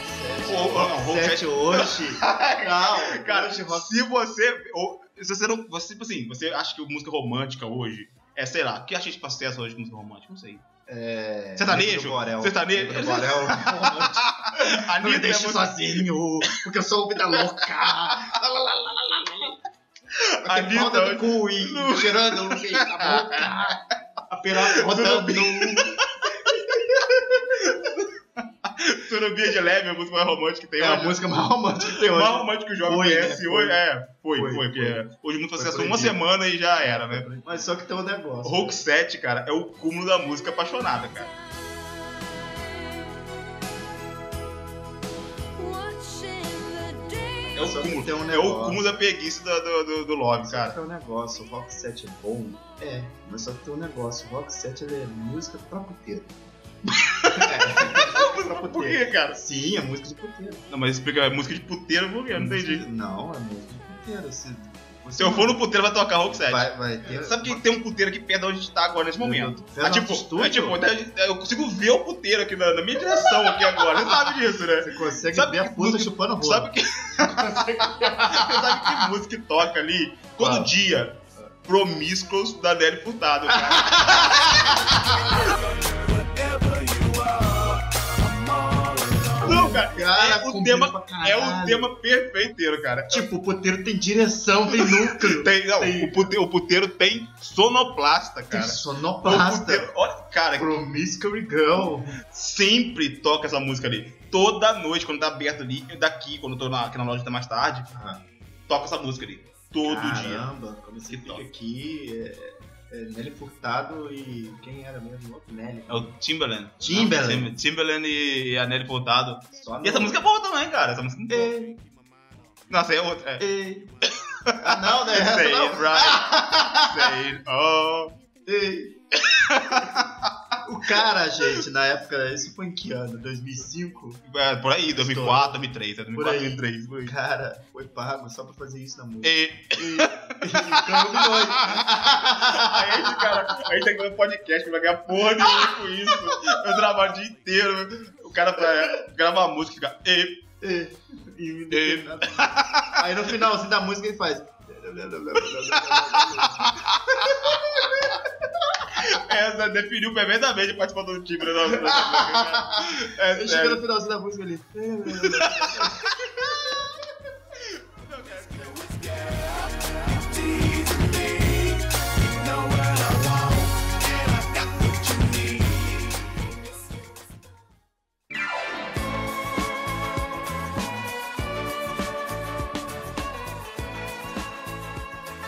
[SPEAKER 1] Ô, ô, não, Rock
[SPEAKER 2] Sete
[SPEAKER 1] set.
[SPEAKER 2] hoje. Não,
[SPEAKER 1] Cara,
[SPEAKER 2] hoje rock.
[SPEAKER 1] se você. Ou, se você não. Você, tipo assim, você acha que música romântica hoje. É, sei lá, o que acha de sucesso hoje de música romântica? Não sei.
[SPEAKER 2] É.
[SPEAKER 1] Sertanejo?
[SPEAKER 2] Pedro Borel.
[SPEAKER 1] Sertanejo?
[SPEAKER 2] Pedro Borel.
[SPEAKER 1] A
[SPEAKER 2] Não me deixe
[SPEAKER 1] é muito-
[SPEAKER 2] sozinho, porque eu sou
[SPEAKER 1] tá
[SPEAKER 2] vida louca.
[SPEAKER 1] A
[SPEAKER 2] Aquele
[SPEAKER 1] Anitta
[SPEAKER 2] pau do
[SPEAKER 1] hoje-
[SPEAKER 2] cu e
[SPEAKER 1] No-
[SPEAKER 2] cheirando o beijo na boca. A piroca rodando.
[SPEAKER 1] Surubia de leve, a música mais romântica que tem
[SPEAKER 2] É a
[SPEAKER 1] hoje.
[SPEAKER 2] música mais romântica que tem
[SPEAKER 1] mais
[SPEAKER 2] hoje.
[SPEAKER 1] romântica que o jovem
[SPEAKER 2] Foi, né?
[SPEAKER 1] conhece
[SPEAKER 2] Foi.
[SPEAKER 1] hoje. É, foi, foi.
[SPEAKER 2] Foi,
[SPEAKER 1] foi, porque Hoje muito
[SPEAKER 2] Foi
[SPEAKER 1] sucesso uma
[SPEAKER 2] proibido.
[SPEAKER 1] semana e já era, né?
[SPEAKER 2] Mas só que tem um negócio.
[SPEAKER 1] Rock 7, cara, é o cúmulo da música apaixonada, cara. É o
[SPEAKER 2] Só que
[SPEAKER 1] cúmulo.
[SPEAKER 2] tem um
[SPEAKER 1] É o
[SPEAKER 2] negócio.
[SPEAKER 1] cúmulo da preguiça do, do, do, do Love,
[SPEAKER 2] Só
[SPEAKER 1] cara.
[SPEAKER 2] que tem um negócio, o rock set é bom? É, mas só que tem um negócio, o rock set ele é música pra puteiro. é, pra
[SPEAKER 1] Por que,
[SPEAKER 2] puteiro.
[SPEAKER 1] cara?
[SPEAKER 2] Sim, é música de puteiro.
[SPEAKER 1] Não, mas explica, é música de puteiro, por quê? Eu não entendi.
[SPEAKER 2] Não, é música de puteiro. Se, você
[SPEAKER 1] Se eu for no puteiro, vai tocar Rock 7.
[SPEAKER 2] vai, vai ter.
[SPEAKER 1] Sabe que tem um puteiro aqui perto de onde a gente tá agora nesse momento?
[SPEAKER 2] Pera,
[SPEAKER 1] É tipo,
[SPEAKER 2] estúdio,
[SPEAKER 1] é tipo, eu consigo ver o puteiro aqui na, na minha direção aqui agora. Você sabe disso, né?
[SPEAKER 2] Você consegue
[SPEAKER 1] sabe
[SPEAKER 2] ver a
[SPEAKER 1] que-
[SPEAKER 2] puta chupando rola.
[SPEAKER 1] Sabe que... Você sabe que música que toca ali todo
[SPEAKER 2] Fala.
[SPEAKER 1] dia? Promíscuos da Nelly Furtado, cara. Não, cara.
[SPEAKER 2] Cara,
[SPEAKER 1] é o
[SPEAKER 2] combina
[SPEAKER 1] tema,
[SPEAKER 2] pra
[SPEAKER 1] é o
[SPEAKER 2] caralho.
[SPEAKER 1] tema perfeiteiro, cara.
[SPEAKER 2] Tipo, o puteiro tem direção, tem núcleo,
[SPEAKER 1] Tem, não,
[SPEAKER 2] Tem.
[SPEAKER 1] O, puteiro, o puteiro tem sonoplasta,
[SPEAKER 2] tem
[SPEAKER 1] cara. O
[SPEAKER 2] sonoplasta.
[SPEAKER 1] puteiro- olha, cara,
[SPEAKER 2] Promiscuous é Girl.
[SPEAKER 1] sempre toca essa música ali. Toda noite, quando tá aberto ali, eu daqui, quando eu tô na, aqui na loja até mais tarde,
[SPEAKER 2] Ah.
[SPEAKER 1] toca essa música ali. Todo dia.
[SPEAKER 2] Caramba, quando você
[SPEAKER 1] Que
[SPEAKER 2] fica
[SPEAKER 1] top.
[SPEAKER 2] aqui, é, é Nelly Furtado e quem era mesmo? Outro Nelly. tá?
[SPEAKER 1] É o Timberland.
[SPEAKER 2] Timberland.
[SPEAKER 1] Tim- Timberland e a Nelly Furtado.
[SPEAKER 2] Só
[SPEAKER 1] E essa
[SPEAKER 2] no-
[SPEAKER 1] música é boa também, cara. Essa música é boa.
[SPEAKER 2] É.
[SPEAKER 1] Nossa, é outra. É.
[SPEAKER 2] Ei. Ah, não, não é essa,
[SPEAKER 1] Say it
[SPEAKER 2] não.
[SPEAKER 1] right. oh. Say it all.
[SPEAKER 2] Ei. O cara, gente, na época, isso foi em que ano? 2005?
[SPEAKER 1] É, por aí, 2004, 2003. É
[SPEAKER 2] Por
[SPEAKER 1] 2004,
[SPEAKER 2] aí.
[SPEAKER 1] 2003. Por aí.
[SPEAKER 2] Cara, foi pago só pra fazer isso na música.
[SPEAKER 1] E...
[SPEAKER 2] Ei,
[SPEAKER 1] É.
[SPEAKER 2] ficamos dois.
[SPEAKER 1] a gente, cara, a gente tem que fazer um podcast que vai ganhar porra nenhuma com isso. Eu trabalho o dia inteiro. O cara pra, grava a música e fica. E...
[SPEAKER 2] Ei, e me deu- Aí no finalzinho da música ele faz.
[SPEAKER 1] Essa definiu perfeitamente a participação do time da nossa. da nossa música, cara. É
[SPEAKER 2] Aí Chega
[SPEAKER 1] sério.
[SPEAKER 2] no finalzinho da música ele.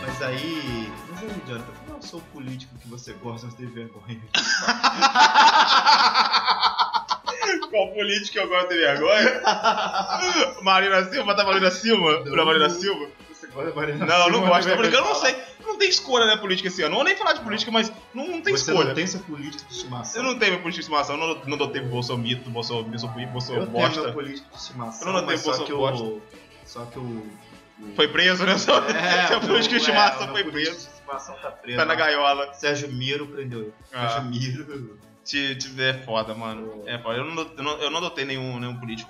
[SPEAKER 2] Mas aí. Mas aí, Jonathan, como eu sou é o político que você gosta, mas tem vergonha?
[SPEAKER 1] Qual político que eu gosto de vergonha? Marina Silva, tá Marina Silva? Pra Marina Silva?
[SPEAKER 2] Você gosta da Marina
[SPEAKER 1] Não, eu não
[SPEAKER 2] Silva,
[SPEAKER 1] gosto.
[SPEAKER 2] né?
[SPEAKER 1] Tá brincando, eu não sei. Não tem escolha, né, política esse ano. Não vou nem falar de política, mas não, não tem
[SPEAKER 2] Você
[SPEAKER 1] escolha.
[SPEAKER 2] não tem seu político de estimação.
[SPEAKER 1] Eu não tenho meu político de estimação, eu não, não dou tempo bolsomito, bolsomito, bolsomito,
[SPEAKER 2] Eu
[SPEAKER 1] bolsomito,
[SPEAKER 2] tenho meu
[SPEAKER 1] bosta.
[SPEAKER 2] político de estimação.
[SPEAKER 1] Eu não tenho
[SPEAKER 2] mas só
[SPEAKER 1] bolsa
[SPEAKER 2] que o.
[SPEAKER 1] bosta.
[SPEAKER 2] Só que o. o-
[SPEAKER 1] Foi preso, né? Seu,
[SPEAKER 2] É,
[SPEAKER 1] seu político de estimação foi preso.
[SPEAKER 2] A é estimação tá preso.
[SPEAKER 1] Tá na gaiola.
[SPEAKER 2] Sérgio Miro prendeu ele.
[SPEAKER 1] Ah,
[SPEAKER 2] Sérgio Miro.
[SPEAKER 1] te, te- é foda, mano. É foda. Eu não, eu não, eu não adotei nenhum, nenhum político.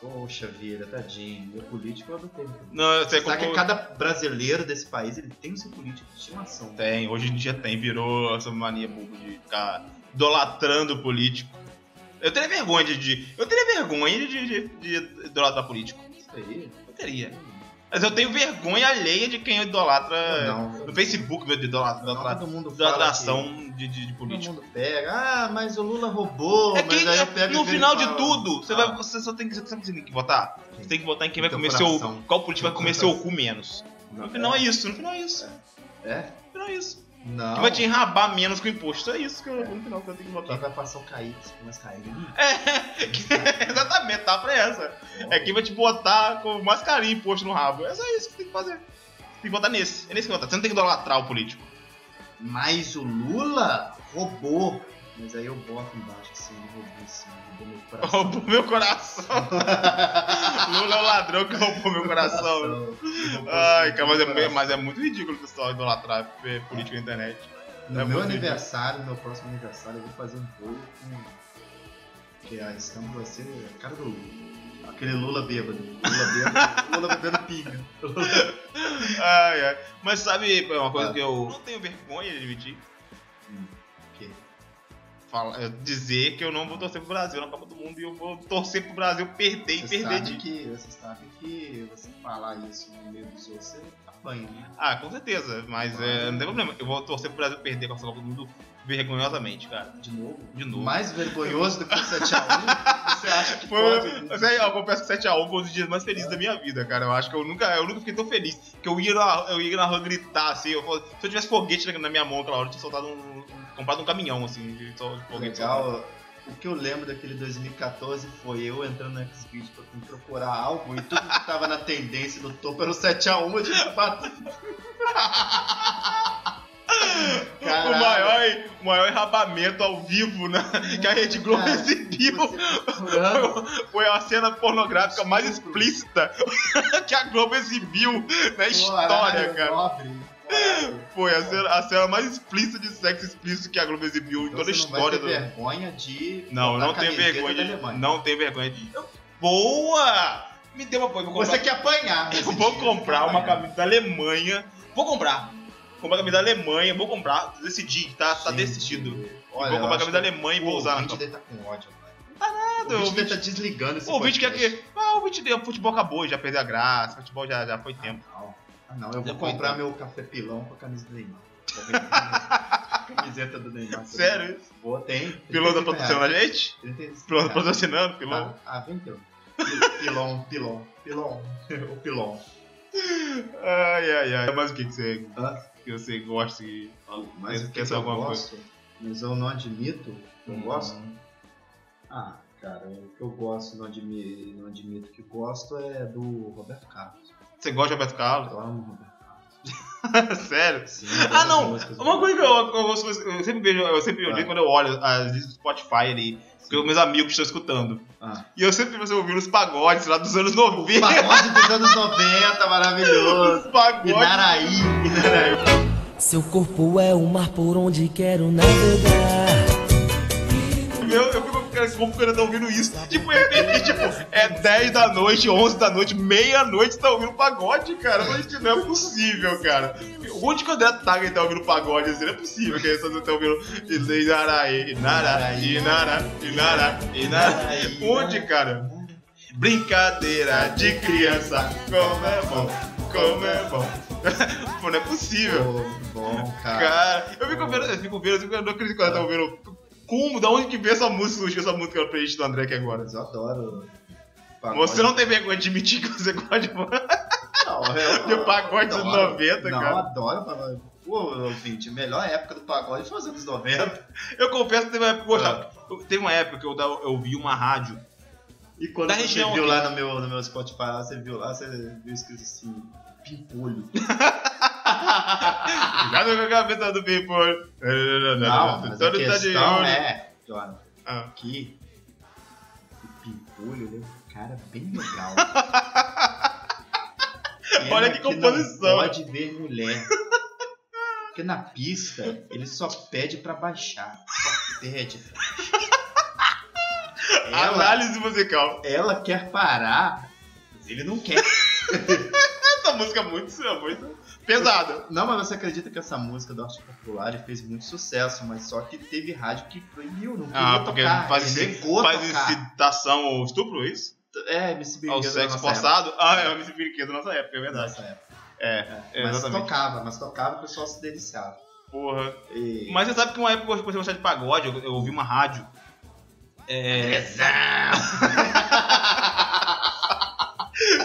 [SPEAKER 2] Poxa vida, tadinho. Meu político eu adotei.
[SPEAKER 1] Não, eu sei
[SPEAKER 2] Será que
[SPEAKER 1] como-
[SPEAKER 2] cada brasileiro desse país ele tem o seu político de estimação?
[SPEAKER 1] Tem, hoje em dia tem. Virou essa mania boba de ficar idolatrando o político. Eu teria vergonha de. de- eu teria vergonha de, de, de idolatrar político.
[SPEAKER 2] Isso aí. né?
[SPEAKER 1] Eu teria. Mas eu tenho vergonha alheia de quem idolatra.
[SPEAKER 2] Não.
[SPEAKER 1] No Facebook, meu Deus, idolatra. idolatra
[SPEAKER 2] Todo mundo fala que-
[SPEAKER 1] idolatração de, de, de
[SPEAKER 2] Todo
[SPEAKER 1] político.
[SPEAKER 2] mundo pega. Ah, mas o Lula roubou.
[SPEAKER 1] É
[SPEAKER 2] mas
[SPEAKER 1] quem,
[SPEAKER 2] aí eu
[SPEAKER 1] é-
[SPEAKER 2] pego e
[SPEAKER 1] no
[SPEAKER 2] vejo e
[SPEAKER 1] final de
[SPEAKER 2] falo,
[SPEAKER 1] tudo, você,
[SPEAKER 2] ah,
[SPEAKER 1] vai, você só tem que, sabe o que você tem que votar? Você tem que votar em quem vai
[SPEAKER 2] Teu
[SPEAKER 1] comer
[SPEAKER 2] coração.
[SPEAKER 1] seu. Qual político vai
[SPEAKER 2] Teu
[SPEAKER 1] comer seu cu menos.
[SPEAKER 2] não,
[SPEAKER 1] No final é isso, no final é isso.
[SPEAKER 2] É?
[SPEAKER 1] No final é isso.
[SPEAKER 2] Não.
[SPEAKER 1] Que vai te enrabar menos com o imposto. É isso que eu, no final que eu tenho que
[SPEAKER 2] Quem
[SPEAKER 1] votar.
[SPEAKER 2] vai passar o Kaique, mas Kaique.
[SPEAKER 1] Exatamente, tá pra essa. É quem vai te botar com mais carinho imposto no rabo. É só isso que tem que fazer. Tem que votar nesse. É nesse que votar. Você não tem que idolatrar o político.
[SPEAKER 2] Mas o Lula roubou. Mas aí eu boto embaixo que sim, ele roubou sim, roubou meu coração.
[SPEAKER 1] Roubou meu coração. Lula é o ladrão que roubou meu coração.
[SPEAKER 2] Roubou,
[SPEAKER 1] Ai,
[SPEAKER 2] sim,
[SPEAKER 1] cara, mas é,
[SPEAKER 2] meu coração.
[SPEAKER 1] mas é muito ridículo o pessoal idolatrar é, político na internet.
[SPEAKER 2] No
[SPEAKER 1] é
[SPEAKER 2] meu
[SPEAKER 1] muito
[SPEAKER 2] aniversário, no meu próximo aniversário, eu vou fazer um bolo com. Que a estampa vai ser a cara do Lula. Aquele Lula bêbado. Lula bêbado. Lula bebendo pinga.
[SPEAKER 1] Ai, ai. Mas sabe é uma coisa
[SPEAKER 2] Ah.
[SPEAKER 1] que eu não tenho vergonha de admitir?
[SPEAKER 2] Hum, quê?
[SPEAKER 1] Fala- é dizer que eu não vou torcer pro Brasil na Copa do Mundo e eu vou torcer pro Brasil perder e
[SPEAKER 2] Você
[SPEAKER 1] perder
[SPEAKER 2] sabe
[SPEAKER 1] de.
[SPEAKER 2] que, você sabe que você falar isso no meio dos outros, você apanha, né?
[SPEAKER 1] Ah, com certeza. Mas é, não tem problema. Eu vou torcer pro Brasil perder com essa Copa do Mundo vergonhosamente, cara.
[SPEAKER 2] De novo?
[SPEAKER 1] De novo.
[SPEAKER 2] Mais vergonhoso do que o 7x1? Você acha que
[SPEAKER 1] Foi,
[SPEAKER 2] pode?
[SPEAKER 1] mas aí, ó, eu confesso que 7x1 foi um dos dias mais felizes da minha vida, cara. Eu acho que eu nunca, eu nunca fiquei tão feliz que eu ia na, eu ia na rua gritar, assim. eu falo- se eu tivesse foguete na- na minha mão aquela hora, eu tinha soltado um. comprado um caminhão, assim, de, só- de foguete.
[SPEAKER 2] Legal. O que eu lembro daquele 2014 foi eu entrando no Xvideos pra tentar procurar algo e tudo que tava na tendência do topo era o 7x1, eu tinha que bater.
[SPEAKER 1] O maior, o maior enrabamento ao vivo né, que a Rede Globo
[SPEAKER 2] Cara,
[SPEAKER 1] exibiu
[SPEAKER 2] você procurando.
[SPEAKER 1] foi a cena pornográfica mais explícita que a Globo exibiu na história,
[SPEAKER 2] horário
[SPEAKER 1] cara.
[SPEAKER 2] nobre, horário.
[SPEAKER 1] Foi a cena, a cena mais explícita de sexo explícito que a Globo exibiu em
[SPEAKER 2] Então
[SPEAKER 1] toda a
[SPEAKER 2] você não vai
[SPEAKER 1] história
[SPEAKER 2] ter
[SPEAKER 1] do.
[SPEAKER 2] vergonha de.
[SPEAKER 1] Não,
[SPEAKER 2] botar
[SPEAKER 1] não
[SPEAKER 2] a
[SPEAKER 1] tenho
[SPEAKER 2] camiseta da
[SPEAKER 1] vergonha. de-
[SPEAKER 2] Alemanha.
[SPEAKER 1] Não tenho vergonha. de- Eu- Boa! Me deu uma boa. eu Vou
[SPEAKER 2] Você
[SPEAKER 1] comprar,
[SPEAKER 2] quer apanhar. nesse
[SPEAKER 1] eu vou
[SPEAKER 2] dia,
[SPEAKER 1] comprar
[SPEAKER 2] você quer
[SPEAKER 1] uma
[SPEAKER 2] apanhar.
[SPEAKER 1] camisa da Alemanha. Vou comprar. Vou comprar a camisa da Alemanha. Vou comprar. Decidi, tá, tá
[SPEAKER 2] Gente,
[SPEAKER 1] decidido.
[SPEAKER 2] Olha,
[SPEAKER 1] vou comprar
[SPEAKER 2] eu
[SPEAKER 1] a
[SPEAKER 2] acho
[SPEAKER 1] camisa da Alemanha e vou usar
[SPEAKER 2] O
[SPEAKER 1] na
[SPEAKER 2] vídeo
[SPEAKER 1] Copa.
[SPEAKER 2] dele tá com ódio, mano.
[SPEAKER 1] Nada,
[SPEAKER 2] O
[SPEAKER 1] o
[SPEAKER 2] vídeo dele
[SPEAKER 1] vídeo-
[SPEAKER 2] tá desligando esse
[SPEAKER 1] o vídeo quer
[SPEAKER 2] podcast.
[SPEAKER 1] que. Ah, o vídeo deu. Futebol acabou, já perdeu a graça. Futebol já, já foi tempo.
[SPEAKER 2] Não. Ah, não, eu vou
[SPEAKER 1] Já foi,
[SPEAKER 2] comprar
[SPEAKER 1] então.
[SPEAKER 2] meu café pilão com a camisa do Neymar. Vou vender Camiseta do Neymar.
[SPEAKER 1] Sério?
[SPEAKER 2] Boa, tem. É.
[SPEAKER 1] Pilão tá
[SPEAKER 2] 35 reais.
[SPEAKER 1] patrocinando a gente?
[SPEAKER 2] 35
[SPEAKER 1] Pilão tá
[SPEAKER 2] reais.
[SPEAKER 1] patrocinando, pilão.
[SPEAKER 2] Tá. Ah, vendeu. Pi- Pilão, pilão, pilão. O pilão.
[SPEAKER 1] Ai, ai, ai. Mas o que, que você.
[SPEAKER 2] Hã?
[SPEAKER 1] Que você gosta que.
[SPEAKER 2] Mas
[SPEAKER 1] Pensa
[SPEAKER 2] o
[SPEAKER 1] que
[SPEAKER 2] que
[SPEAKER 1] essa
[SPEAKER 2] eu
[SPEAKER 1] alguma
[SPEAKER 2] gosto, mas eu não admito, eu
[SPEAKER 1] Hum.
[SPEAKER 2] gosto. Ah, cara, o que eu gosto, não admito, não admito que gosto é do Roberto Carlos.
[SPEAKER 1] Você gosta de Roberto Carlos?
[SPEAKER 2] Eu amo.
[SPEAKER 1] Sério?
[SPEAKER 2] Sim,
[SPEAKER 1] Ah, não!
[SPEAKER 2] todas as músicas
[SPEAKER 1] Uma
[SPEAKER 2] do-
[SPEAKER 1] coisa que eu, eu, eu- eu sempre vejo, eu sempre
[SPEAKER 2] Ah.
[SPEAKER 1] vejo quando eu olho as listas do Spotify ali, porque os meus amigos estão escutando.
[SPEAKER 2] Ah.
[SPEAKER 1] E eu sempre vejo você ouvindo os pagodes lá dos anos 90.
[SPEAKER 2] Pagode dos anos 90, maravilhoso.
[SPEAKER 1] Os pagodes.
[SPEAKER 2] Inaraí, Inaraí.
[SPEAKER 3] Seu corpo é o mar por onde quero navegar.
[SPEAKER 1] Meu, eu fico cara, como que o cara tá ouvindo isso. Tipo, é, é, tipo, é 10 da noite, 11 da noite, meia-noite, tá ouvindo pagode, cara. Mas isso não é possível, cara. Onde que o André Taga tá ouvindo pagode? Assim, não é possível que ele tá tá ouvindo. Inara, Inara, Inara, Inara, Inara. Onde, cara? Brincadeira de criança, como é bom, como é bom. Pô, não é possível.
[SPEAKER 2] Pô, Bom, cara.
[SPEAKER 1] Cara, eu fico vendo, eu fico vendo, eu fico- eu não acredito que ela tá ouvindo. Como, da onde que veio essa música, surgiu essa música na playlist do André aqui agora?
[SPEAKER 2] Mas eu adoro. pagode.
[SPEAKER 1] Você não tem vergonha de admitir que você gosta de
[SPEAKER 2] Não, eu-
[SPEAKER 1] de pagode dos
[SPEAKER 2] adoro.
[SPEAKER 1] 90,
[SPEAKER 2] não,
[SPEAKER 1] cara.
[SPEAKER 2] Eu adoro pagode. Pô, ouvinte, a melhor época do pagode foi os anos 90.
[SPEAKER 1] Eu confesso que teve uma época que eu gostava. Eu- Teve uma época que eu, da- eu vi uma rádio.
[SPEAKER 2] E quando
[SPEAKER 1] Da
[SPEAKER 2] você
[SPEAKER 1] região
[SPEAKER 2] viu
[SPEAKER 1] aqui.
[SPEAKER 2] lá no meu, no meu Spotify, lá, você viu lá, você viu escrito assim, pimpolho.
[SPEAKER 1] Já deu com a cabeça do Pipo.
[SPEAKER 2] Não, mas a
[SPEAKER 1] Todo tá de
[SPEAKER 2] questão
[SPEAKER 1] olho.
[SPEAKER 2] é, Jonathan,
[SPEAKER 1] Ah.
[SPEAKER 2] que o pimpolho, ele é um cara bem legal. Pena
[SPEAKER 1] Olha que composição.
[SPEAKER 2] Não pode ver mulher. Porque na pista, ele só pede pra baixar. Só pede pra baixar.
[SPEAKER 1] Ah,
[SPEAKER 2] Ela,
[SPEAKER 1] Análise musical.
[SPEAKER 2] ela quer parar, mas ele não quer.
[SPEAKER 1] Essa música é muito, é muito pesada.
[SPEAKER 2] Não, mas você acredita que essa música do Arte Popular ele fez muito sucesso, mas só que teve rádio que proibiu, não queria
[SPEAKER 1] Ah, porque
[SPEAKER 2] tocar.
[SPEAKER 1] faz,
[SPEAKER 2] ele
[SPEAKER 1] inci-
[SPEAKER 2] negou
[SPEAKER 1] faz
[SPEAKER 2] tocar.
[SPEAKER 1] incitação ao estupro, é isso?
[SPEAKER 2] É, MC Brinquedo
[SPEAKER 1] Ao
[SPEAKER 2] da
[SPEAKER 1] sexo
[SPEAKER 2] nossa época.
[SPEAKER 1] forçado? Ah, é o MC Brinquedo da nossa época, é verdade.
[SPEAKER 2] Nossa época.
[SPEAKER 1] É,
[SPEAKER 2] É, mas
[SPEAKER 1] exatamente.
[SPEAKER 2] tocava, mas tocava e o pessoal se deliciava.
[SPEAKER 1] porra.
[SPEAKER 2] E...
[SPEAKER 1] Mas você sabe que uma época eu comecei a gostar de pagode, eu, eu ouvi uma rádio. É.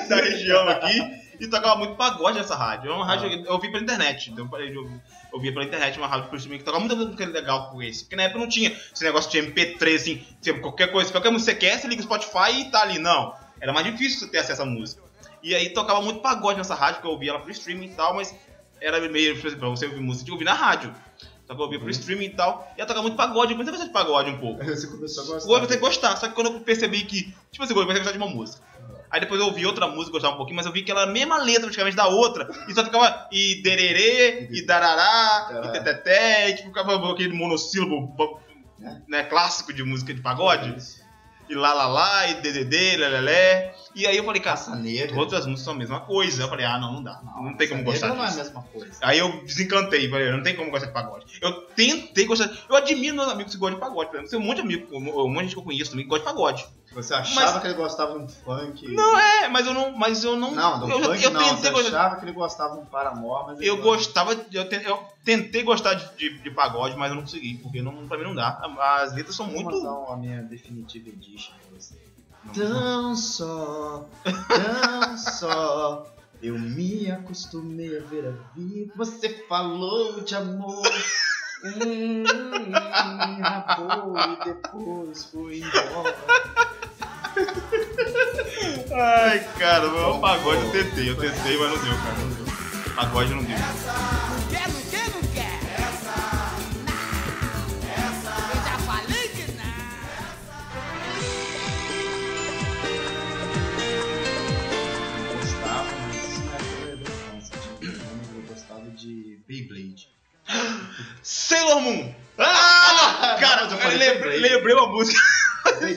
[SPEAKER 1] da região aqui. E tocava muito pagode nessa rádio. Era uma rádio. Eu ouvi pela internet. Então eu parei de ouvir. Eu ouvia pela internet uma rádio por streaming que tocava muita música legal com esse. Porque na época não tinha esse negócio de MP3, assim, você- qualquer coisa, qualquer música que você quer, você liga o Spotify e tá ali. Não. Era mais difícil você ter acesso à música. E aí tocava muito pagode nessa rádio, que eu ouvia ela pro streaming e tal, mas era meio, por exemplo, pra você ouvir música, tinha que ouvir na rádio. Só que eu ouvia pro
[SPEAKER 2] Uhum.
[SPEAKER 1] streaming e tal. E ela tocava muito pagode, eu comecei a gostar de pagode um pouco.
[SPEAKER 2] Você começou a
[SPEAKER 1] Ou eu comecei a
[SPEAKER 2] gostar.
[SPEAKER 1] gostar, só que quando eu percebi que, tipo assim, eu comecei a gostar de uma música.
[SPEAKER 2] Uhum.
[SPEAKER 1] Aí depois eu ouvi outra música, gostava um pouquinho, mas eu vi que ela era a mesma letra praticamente da outra, e só ficava e dererê, e darará,
[SPEAKER 2] Uhum.
[SPEAKER 1] e teteté, e tipo, ficava aquele monossílabo bo-
[SPEAKER 2] É.
[SPEAKER 1] né, clássico de música de pagode, e lá lá lá, e dededê, lelelé. E aí eu falei, cara,
[SPEAKER 2] Caça Negra.
[SPEAKER 1] todas as músicas são a mesma coisa. Eu falei, ah, não, não dá, não, tem como
[SPEAKER 2] Caça
[SPEAKER 1] gostar disso.
[SPEAKER 2] Negra Não é a mesma coisa.
[SPEAKER 1] Aí eu desencantei, falei, não tem como gostar de pagode. Eu tentei gostar. Eu admiro meus amigos que gostam de pagode, por exemplo. Tem um monte de amigo, um monte de gente que eu conheço também que gosta de pagode.
[SPEAKER 2] Você achava
[SPEAKER 1] Mas-
[SPEAKER 2] que ele gostava de um funk.
[SPEAKER 1] Não, é, mas eu não. Mas eu não.
[SPEAKER 2] Não, do
[SPEAKER 1] eu, já-
[SPEAKER 2] funk
[SPEAKER 1] eu
[SPEAKER 2] não. Você
[SPEAKER 1] tentei gostar.
[SPEAKER 2] achava que ele gostava de um paramor, mas ele
[SPEAKER 1] Eu
[SPEAKER 2] gosta-
[SPEAKER 1] gostava, de- eu, te- eu tentei gostar de, de- de pagode, mas eu não consegui, porque não, pra mim não dá. As letras são
[SPEAKER 2] Vou
[SPEAKER 1] muito.
[SPEAKER 2] mandar a minha definitiva edition pra você.
[SPEAKER 1] Não-
[SPEAKER 2] Tão só, tão só, eu me acostumei a ver a vida. Você falou de amor, hum, rapou e depois foi embora.
[SPEAKER 1] Ai, cara, o pagode eu tentei, eu tentei, mas não deu, cara. Não deu. Pagode não deu.
[SPEAKER 4] Quer, não quer, não quer? Essa, não. Eu já falei que não.
[SPEAKER 2] Eu gostava, mas isso não é da infância. Tipo, eu gostava de Beyblade.
[SPEAKER 1] Sailor Moon! Ah! Cara,
[SPEAKER 2] mas eu
[SPEAKER 1] eu
[SPEAKER 2] falei
[SPEAKER 1] lembrei,
[SPEAKER 2] Beyblade.
[SPEAKER 1] lembrei uma música.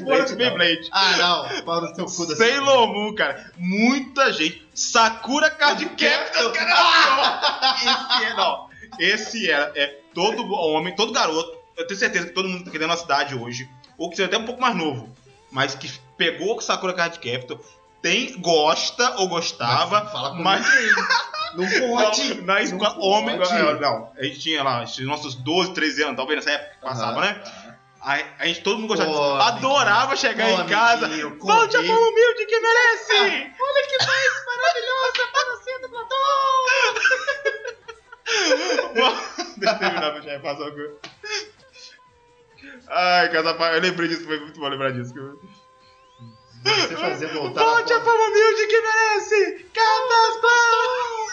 [SPEAKER 1] Fora de
[SPEAKER 2] não.
[SPEAKER 1] Beyblade.
[SPEAKER 2] Ah, não, para o seu cu da
[SPEAKER 1] Sailor Moon, cara. Muita gente. Sakura Card Captor, cara. é Esse é, não. Esse era. É, todo homem, todo garoto. Eu tenho certeza que todo mundo que tá aqui na nossa cidade hoje. Ou que seja até um pouco mais novo. Mas que pegou Sakura Card Captor. Tem, gosta ou gostava.
[SPEAKER 2] Fala comigo.
[SPEAKER 1] Mas
[SPEAKER 2] Não pode!
[SPEAKER 1] na escola, homem. é,
[SPEAKER 2] pode.
[SPEAKER 1] Não, a gente tinha lá os nossos 12, 13 anos, talvez nessa época que passava, né? A, a gente, todo mundo gostava disso.
[SPEAKER 2] Homem.
[SPEAKER 1] Adorava chegar em casa. Volte a mão humilde que merece!
[SPEAKER 2] Ah,
[SPEAKER 1] Olha que voz maravilhosa para ser dublador! Deixa eu terminar, meu chefe, passar uma coisa. Ai, casa, eu lembrei disso, foi muito bom lembrar disso.
[SPEAKER 2] Você fazer
[SPEAKER 1] É.
[SPEAKER 2] voltar. na
[SPEAKER 1] Volte a
[SPEAKER 2] forma-
[SPEAKER 1] fama humilde que merece! Catas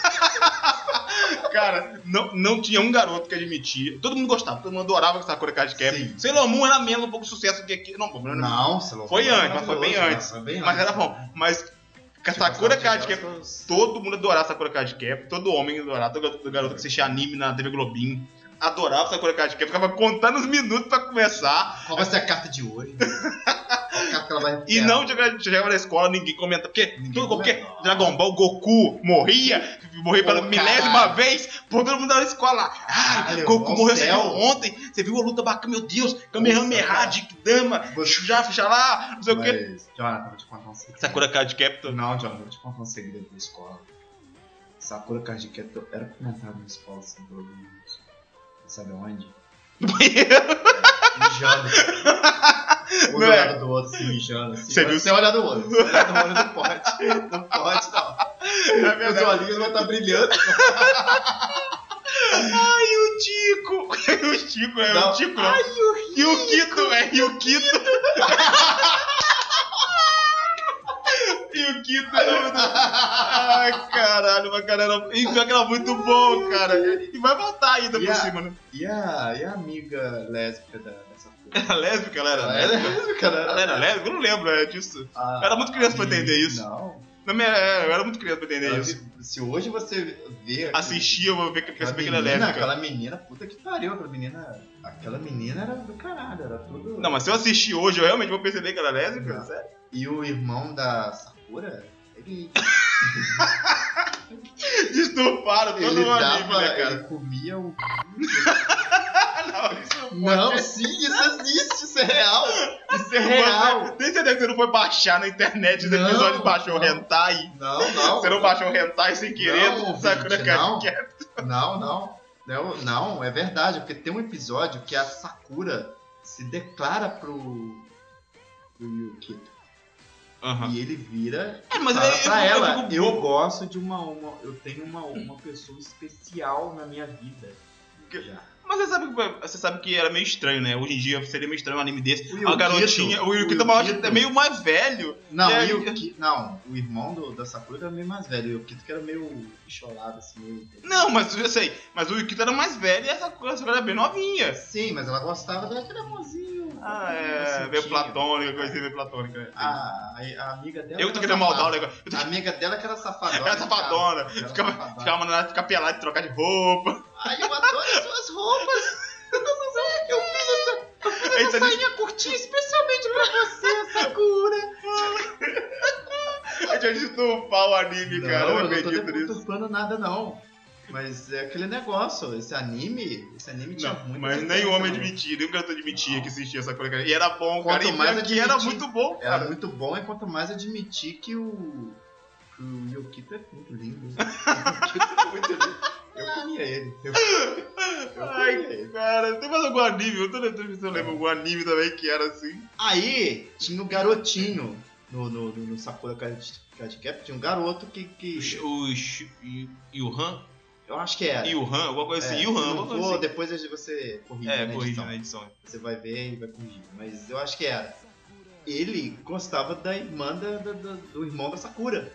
[SPEAKER 1] Cara, não, não tinha um garoto que admitia. Todo mundo gostava, todo mundo adorava essa Sakura Card
[SPEAKER 2] Sim.
[SPEAKER 1] Captain. Sailor Moon era menos um pouco de sucesso que aqui. Não, pô, não, não.
[SPEAKER 2] Não, Sailor Moon
[SPEAKER 1] Foi
[SPEAKER 2] era
[SPEAKER 1] antes, mas foi bem
[SPEAKER 2] maravilhoso,
[SPEAKER 1] antes.
[SPEAKER 2] né? Foi bem
[SPEAKER 1] Mas Tá, era
[SPEAKER 2] antes.
[SPEAKER 1] bom. Mas
[SPEAKER 2] Tipo,
[SPEAKER 1] Sakura
[SPEAKER 2] Sakura
[SPEAKER 1] Card Captain.
[SPEAKER 2] Card
[SPEAKER 1] Todo mundo adorava Sakura Card Captain. Todo homem adorava. Todo garoto- todo garoto que assistia anime na TV Globinho adorava Sakura Card Captain. Ficava contando os minutos pra começar.
[SPEAKER 2] Qual vai ser a carta de hoje? Qual carta que ela vai
[SPEAKER 1] E
[SPEAKER 2] é,
[SPEAKER 1] não chegava chegava na escola, ninguém comenta. Porque
[SPEAKER 2] Ninguém
[SPEAKER 1] tudo, qualquer
[SPEAKER 2] comenta.
[SPEAKER 1] Dragon Ball, Goku morria, morria
[SPEAKER 2] Pô,
[SPEAKER 1] pela
[SPEAKER 2] caralho.
[SPEAKER 1] milésima vez, pô, todo mundo na escola. Ah,
[SPEAKER 2] Caralho,
[SPEAKER 1] Goku
[SPEAKER 2] ó,
[SPEAKER 1] morreu você
[SPEAKER 2] céu.
[SPEAKER 1] viu ontem, você viu a luta bacana, meu Deus, Kamehameha,
[SPEAKER 2] cara.
[SPEAKER 1] Dama,
[SPEAKER 2] Você-
[SPEAKER 1] já, já lá, não sei o quê.
[SPEAKER 2] Mas, Jonathan, vou te contar um segredo.
[SPEAKER 1] Sakura Card Captor.
[SPEAKER 2] Não, Jonathan, vou te contar um segredo da escola. Sakura Card Captor era comentado na escola assim, sem problemas. Sabe onde? Mijando. Um
[SPEAKER 1] Não
[SPEAKER 2] do
[SPEAKER 1] é?
[SPEAKER 2] lado do outro se mijando. Assim.
[SPEAKER 1] Você viu?
[SPEAKER 2] Sem olhar no olho. Sem olhar no olho não pode. Não pode, não.
[SPEAKER 1] É
[SPEAKER 2] Meus
[SPEAKER 1] verdade.
[SPEAKER 2] olhinhos vão estar brilhando.
[SPEAKER 1] Ai, o Tico! o Tico, é o
[SPEAKER 2] Não.
[SPEAKER 1] Tico. Ai, o E o Quito, é, e o Quito. E o Quito é Ai, caralho, mas cara era. E pior que era muito bom, cara. E vai voltar ainda por
[SPEAKER 2] Yeah.
[SPEAKER 1] cima, né?
[SPEAKER 2] E a, e a amiga lésbica da, dessa coisa?
[SPEAKER 1] Era lésbica, ela era
[SPEAKER 2] Ela era
[SPEAKER 1] lésbica.
[SPEAKER 2] lésbica,
[SPEAKER 1] Ela era lésbica, eu não lembro é, disso. Eu era muito criança pra entender isso.
[SPEAKER 2] Ah, Não.
[SPEAKER 1] Não, me- é, eu era muito criança pra entender
[SPEAKER 2] Ela-
[SPEAKER 1] isso.
[SPEAKER 2] Se hoje você ver.
[SPEAKER 1] Assistia, eu vou ver que
[SPEAKER 2] aquela
[SPEAKER 1] percebi que ela é
[SPEAKER 2] menina,
[SPEAKER 1] lésbica.
[SPEAKER 2] Aquela menina, puta que pariu, aquela menina. Aquela menina era do caralho, era tudo.
[SPEAKER 1] Não, mas se eu assistir hoje, eu realmente vou perceber que ela é lésbica.
[SPEAKER 2] Não. E o irmão da Sakura, ele,
[SPEAKER 1] Estuparam todo
[SPEAKER 2] ele
[SPEAKER 1] o anime,
[SPEAKER 2] dava,
[SPEAKER 1] né, cara?
[SPEAKER 2] ele comia o.
[SPEAKER 1] Não, isso
[SPEAKER 2] Não, sim, isso existe, isso é real. Isso é real.
[SPEAKER 1] Você, tem certeza que você não foi baixar na internet os
[SPEAKER 2] Não,
[SPEAKER 1] episódios baixou o
[SPEAKER 2] não.
[SPEAKER 1] Hentai?
[SPEAKER 2] Não, não.
[SPEAKER 1] Você não baixou o Hentai sem querer? é
[SPEAKER 2] Não,
[SPEAKER 1] Sakura
[SPEAKER 2] ouvinte,
[SPEAKER 1] Card
[SPEAKER 2] não.
[SPEAKER 1] Captor?
[SPEAKER 2] Não, não. Não, não, é verdade, porque tem um episódio que a Sakura se declara pro. pro Yukito.
[SPEAKER 1] Aham.
[SPEAKER 2] E ele vira.
[SPEAKER 1] É, Ah. mas eu-
[SPEAKER 2] fala
[SPEAKER 1] eu-
[SPEAKER 2] pra
[SPEAKER 1] eu
[SPEAKER 2] ela,
[SPEAKER 1] fico
[SPEAKER 2] eu,
[SPEAKER 1] bobo."
[SPEAKER 2] gosto de uma, uma- Eu tenho uma, uma pessoa especial na minha vida.
[SPEAKER 1] Que-
[SPEAKER 2] Já.
[SPEAKER 1] Mas você sabe, que- você sabe que era meio estranho, né? Hoje em dia seria meio estranho um anime desse.
[SPEAKER 2] O
[SPEAKER 1] a
[SPEAKER 2] Yukito-
[SPEAKER 1] garotinha, o
[SPEAKER 2] o
[SPEAKER 1] Yukito é maior-
[SPEAKER 2] Yukito-
[SPEAKER 1] é meio mais velho.
[SPEAKER 2] Não,
[SPEAKER 1] E aí-
[SPEAKER 2] e o Ki- não, o irmão do- da Sakura era meio mais velho. E o Kito que era meio cholado, assim, meio.
[SPEAKER 1] Não, mas eu sei. Mas o Yukito era mais velho e essa coisa era bem novinha.
[SPEAKER 2] Sim, mas ela gostava daquele amorzinho.
[SPEAKER 1] Ah, é. Meio
[SPEAKER 2] Sentia.
[SPEAKER 1] platônica, coisa assim, meio platônica. né?
[SPEAKER 2] A, a- a amiga dela.
[SPEAKER 1] eu
[SPEAKER 2] era
[SPEAKER 1] tô querendo maldar o
[SPEAKER 2] safada.
[SPEAKER 1] negócio. Eu tô
[SPEAKER 2] A amiga dela que era safadona.
[SPEAKER 1] Era safadona.
[SPEAKER 2] Ficava-
[SPEAKER 1] Ficava,
[SPEAKER 2] safadona.
[SPEAKER 1] ficava mandando ela ficar pelada, trocar de roupa.
[SPEAKER 2] Ai, eu adoro as suas roupas. Eu não sei, eu fiz essa
[SPEAKER 1] Aí você
[SPEAKER 2] sainha curtinha especialmente pra você, Sakura.
[SPEAKER 1] A gente vai estufar o anime, cara. Eu não acredito
[SPEAKER 2] tô
[SPEAKER 1] nisso.
[SPEAKER 2] deturpando nada, não. Mas é aquele negócio, esse anime, esse anime tinha
[SPEAKER 1] Não,
[SPEAKER 2] muito...
[SPEAKER 1] mas nem o homem admitia, nem o garoto admitia
[SPEAKER 2] tá Não.
[SPEAKER 1] que existia essa coisa. cara. E era bom,
[SPEAKER 2] Quanto
[SPEAKER 1] cara. E
[SPEAKER 2] mais
[SPEAKER 1] pior que era
[SPEAKER 2] admitir,
[SPEAKER 1] muito bom,
[SPEAKER 2] Era
[SPEAKER 1] cara.
[SPEAKER 2] muito bom, e quanto mais admitir que o... Que o Yokito é muito lindo. O Yokito é muito lindo. Eu comia ele. Eu, eu comia ele.
[SPEAKER 1] Ai, cara, tem mais algum anime? Eu tô lembrando se eu lembro algum anime também que era assim.
[SPEAKER 2] Aí tinha um garotinho no, no, no, no Sakura Card Card Cap, tinha um garoto que, que
[SPEAKER 1] Os. Yuhan?
[SPEAKER 2] eu acho que era.
[SPEAKER 1] Yuhan? Alguma coisa
[SPEAKER 2] É,
[SPEAKER 1] assim.
[SPEAKER 2] se
[SPEAKER 1] Yuhan,
[SPEAKER 2] não
[SPEAKER 1] alguma coisa
[SPEAKER 2] for,
[SPEAKER 1] assim.
[SPEAKER 2] depois você corrige,
[SPEAKER 1] É,
[SPEAKER 2] né,
[SPEAKER 1] corrija
[SPEAKER 2] edição.
[SPEAKER 1] na edição.
[SPEAKER 2] Você vai ver e vai corrigir. Mas eu acho que era. Ele gostava da irmã da, da- da- do irmão da Sakura.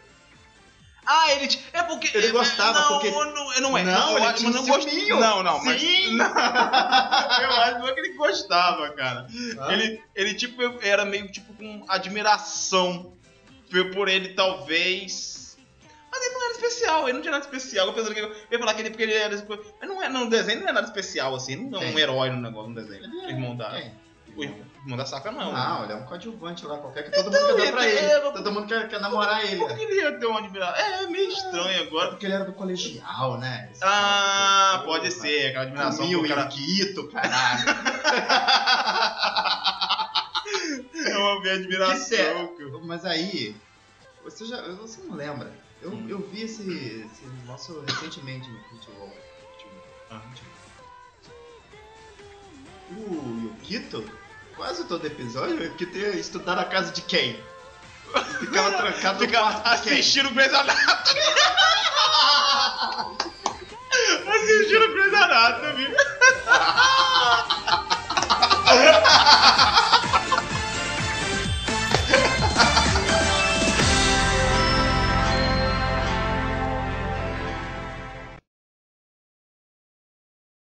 [SPEAKER 1] Ah, ele. t- É porque.
[SPEAKER 2] Ele gostava,
[SPEAKER 1] não,
[SPEAKER 2] porque-
[SPEAKER 1] Não, eu não é.
[SPEAKER 2] Não,
[SPEAKER 1] eu
[SPEAKER 2] ele
[SPEAKER 1] acho-
[SPEAKER 2] tinha
[SPEAKER 1] mas
[SPEAKER 2] um
[SPEAKER 1] não gost-
[SPEAKER 2] ciúminho.
[SPEAKER 1] Não, não, mas.
[SPEAKER 2] Sim.
[SPEAKER 1] Não. eu acho não é que ele gostava, cara.
[SPEAKER 2] Hã?
[SPEAKER 1] Ele, ele tipo era meio tipo com admiração por por ele talvez. Mas ele não era especial, ele não tinha nada especial. Eu pensando que eu ia falar que ele porque ele era. espe- Mas não é, não, o desenho não é nada especial, assim, não é um
[SPEAKER 2] Quem?
[SPEAKER 1] herói no negócio no desenho.
[SPEAKER 2] Ele é-
[SPEAKER 1] Irmão da.
[SPEAKER 2] Quem?
[SPEAKER 1] O irmão da saca não.
[SPEAKER 2] Não,
[SPEAKER 1] né?
[SPEAKER 2] ele é um coadjuvante lá qualquer que todo mundo quer
[SPEAKER 1] ele
[SPEAKER 2] dar pra
[SPEAKER 1] é-
[SPEAKER 2] ele.
[SPEAKER 1] é-
[SPEAKER 2] Todo mundo quer, quer namorar ele.
[SPEAKER 1] Por que ele ia ter uma admiração? É meio estranho
[SPEAKER 2] É
[SPEAKER 1] agora.
[SPEAKER 2] porque ele era do colegial, né? Esse
[SPEAKER 1] Ah,
[SPEAKER 2] cara- tá.
[SPEAKER 1] pode ser, aquela admiração.
[SPEAKER 2] Comia
[SPEAKER 1] pro
[SPEAKER 2] o
[SPEAKER 1] cara-
[SPEAKER 2] Yukito, caralho.
[SPEAKER 1] É uma minha
[SPEAKER 2] Que será?
[SPEAKER 1] admiração. cara.
[SPEAKER 2] Mas aí, você já. Você não lembra? Eu,
[SPEAKER 1] Hum.
[SPEAKER 2] eu vi esse, esse nosso recentemente no futebol. futebol.
[SPEAKER 1] Ah.
[SPEAKER 2] O Yukito, quase todo episódio, o Yukito ia estudar na casa de quem? Ficava trancado no
[SPEAKER 1] Fica
[SPEAKER 2] quarto de quem?
[SPEAKER 1] assistindo o Grey's Anatomy. assistindo o Grey's Anatomy.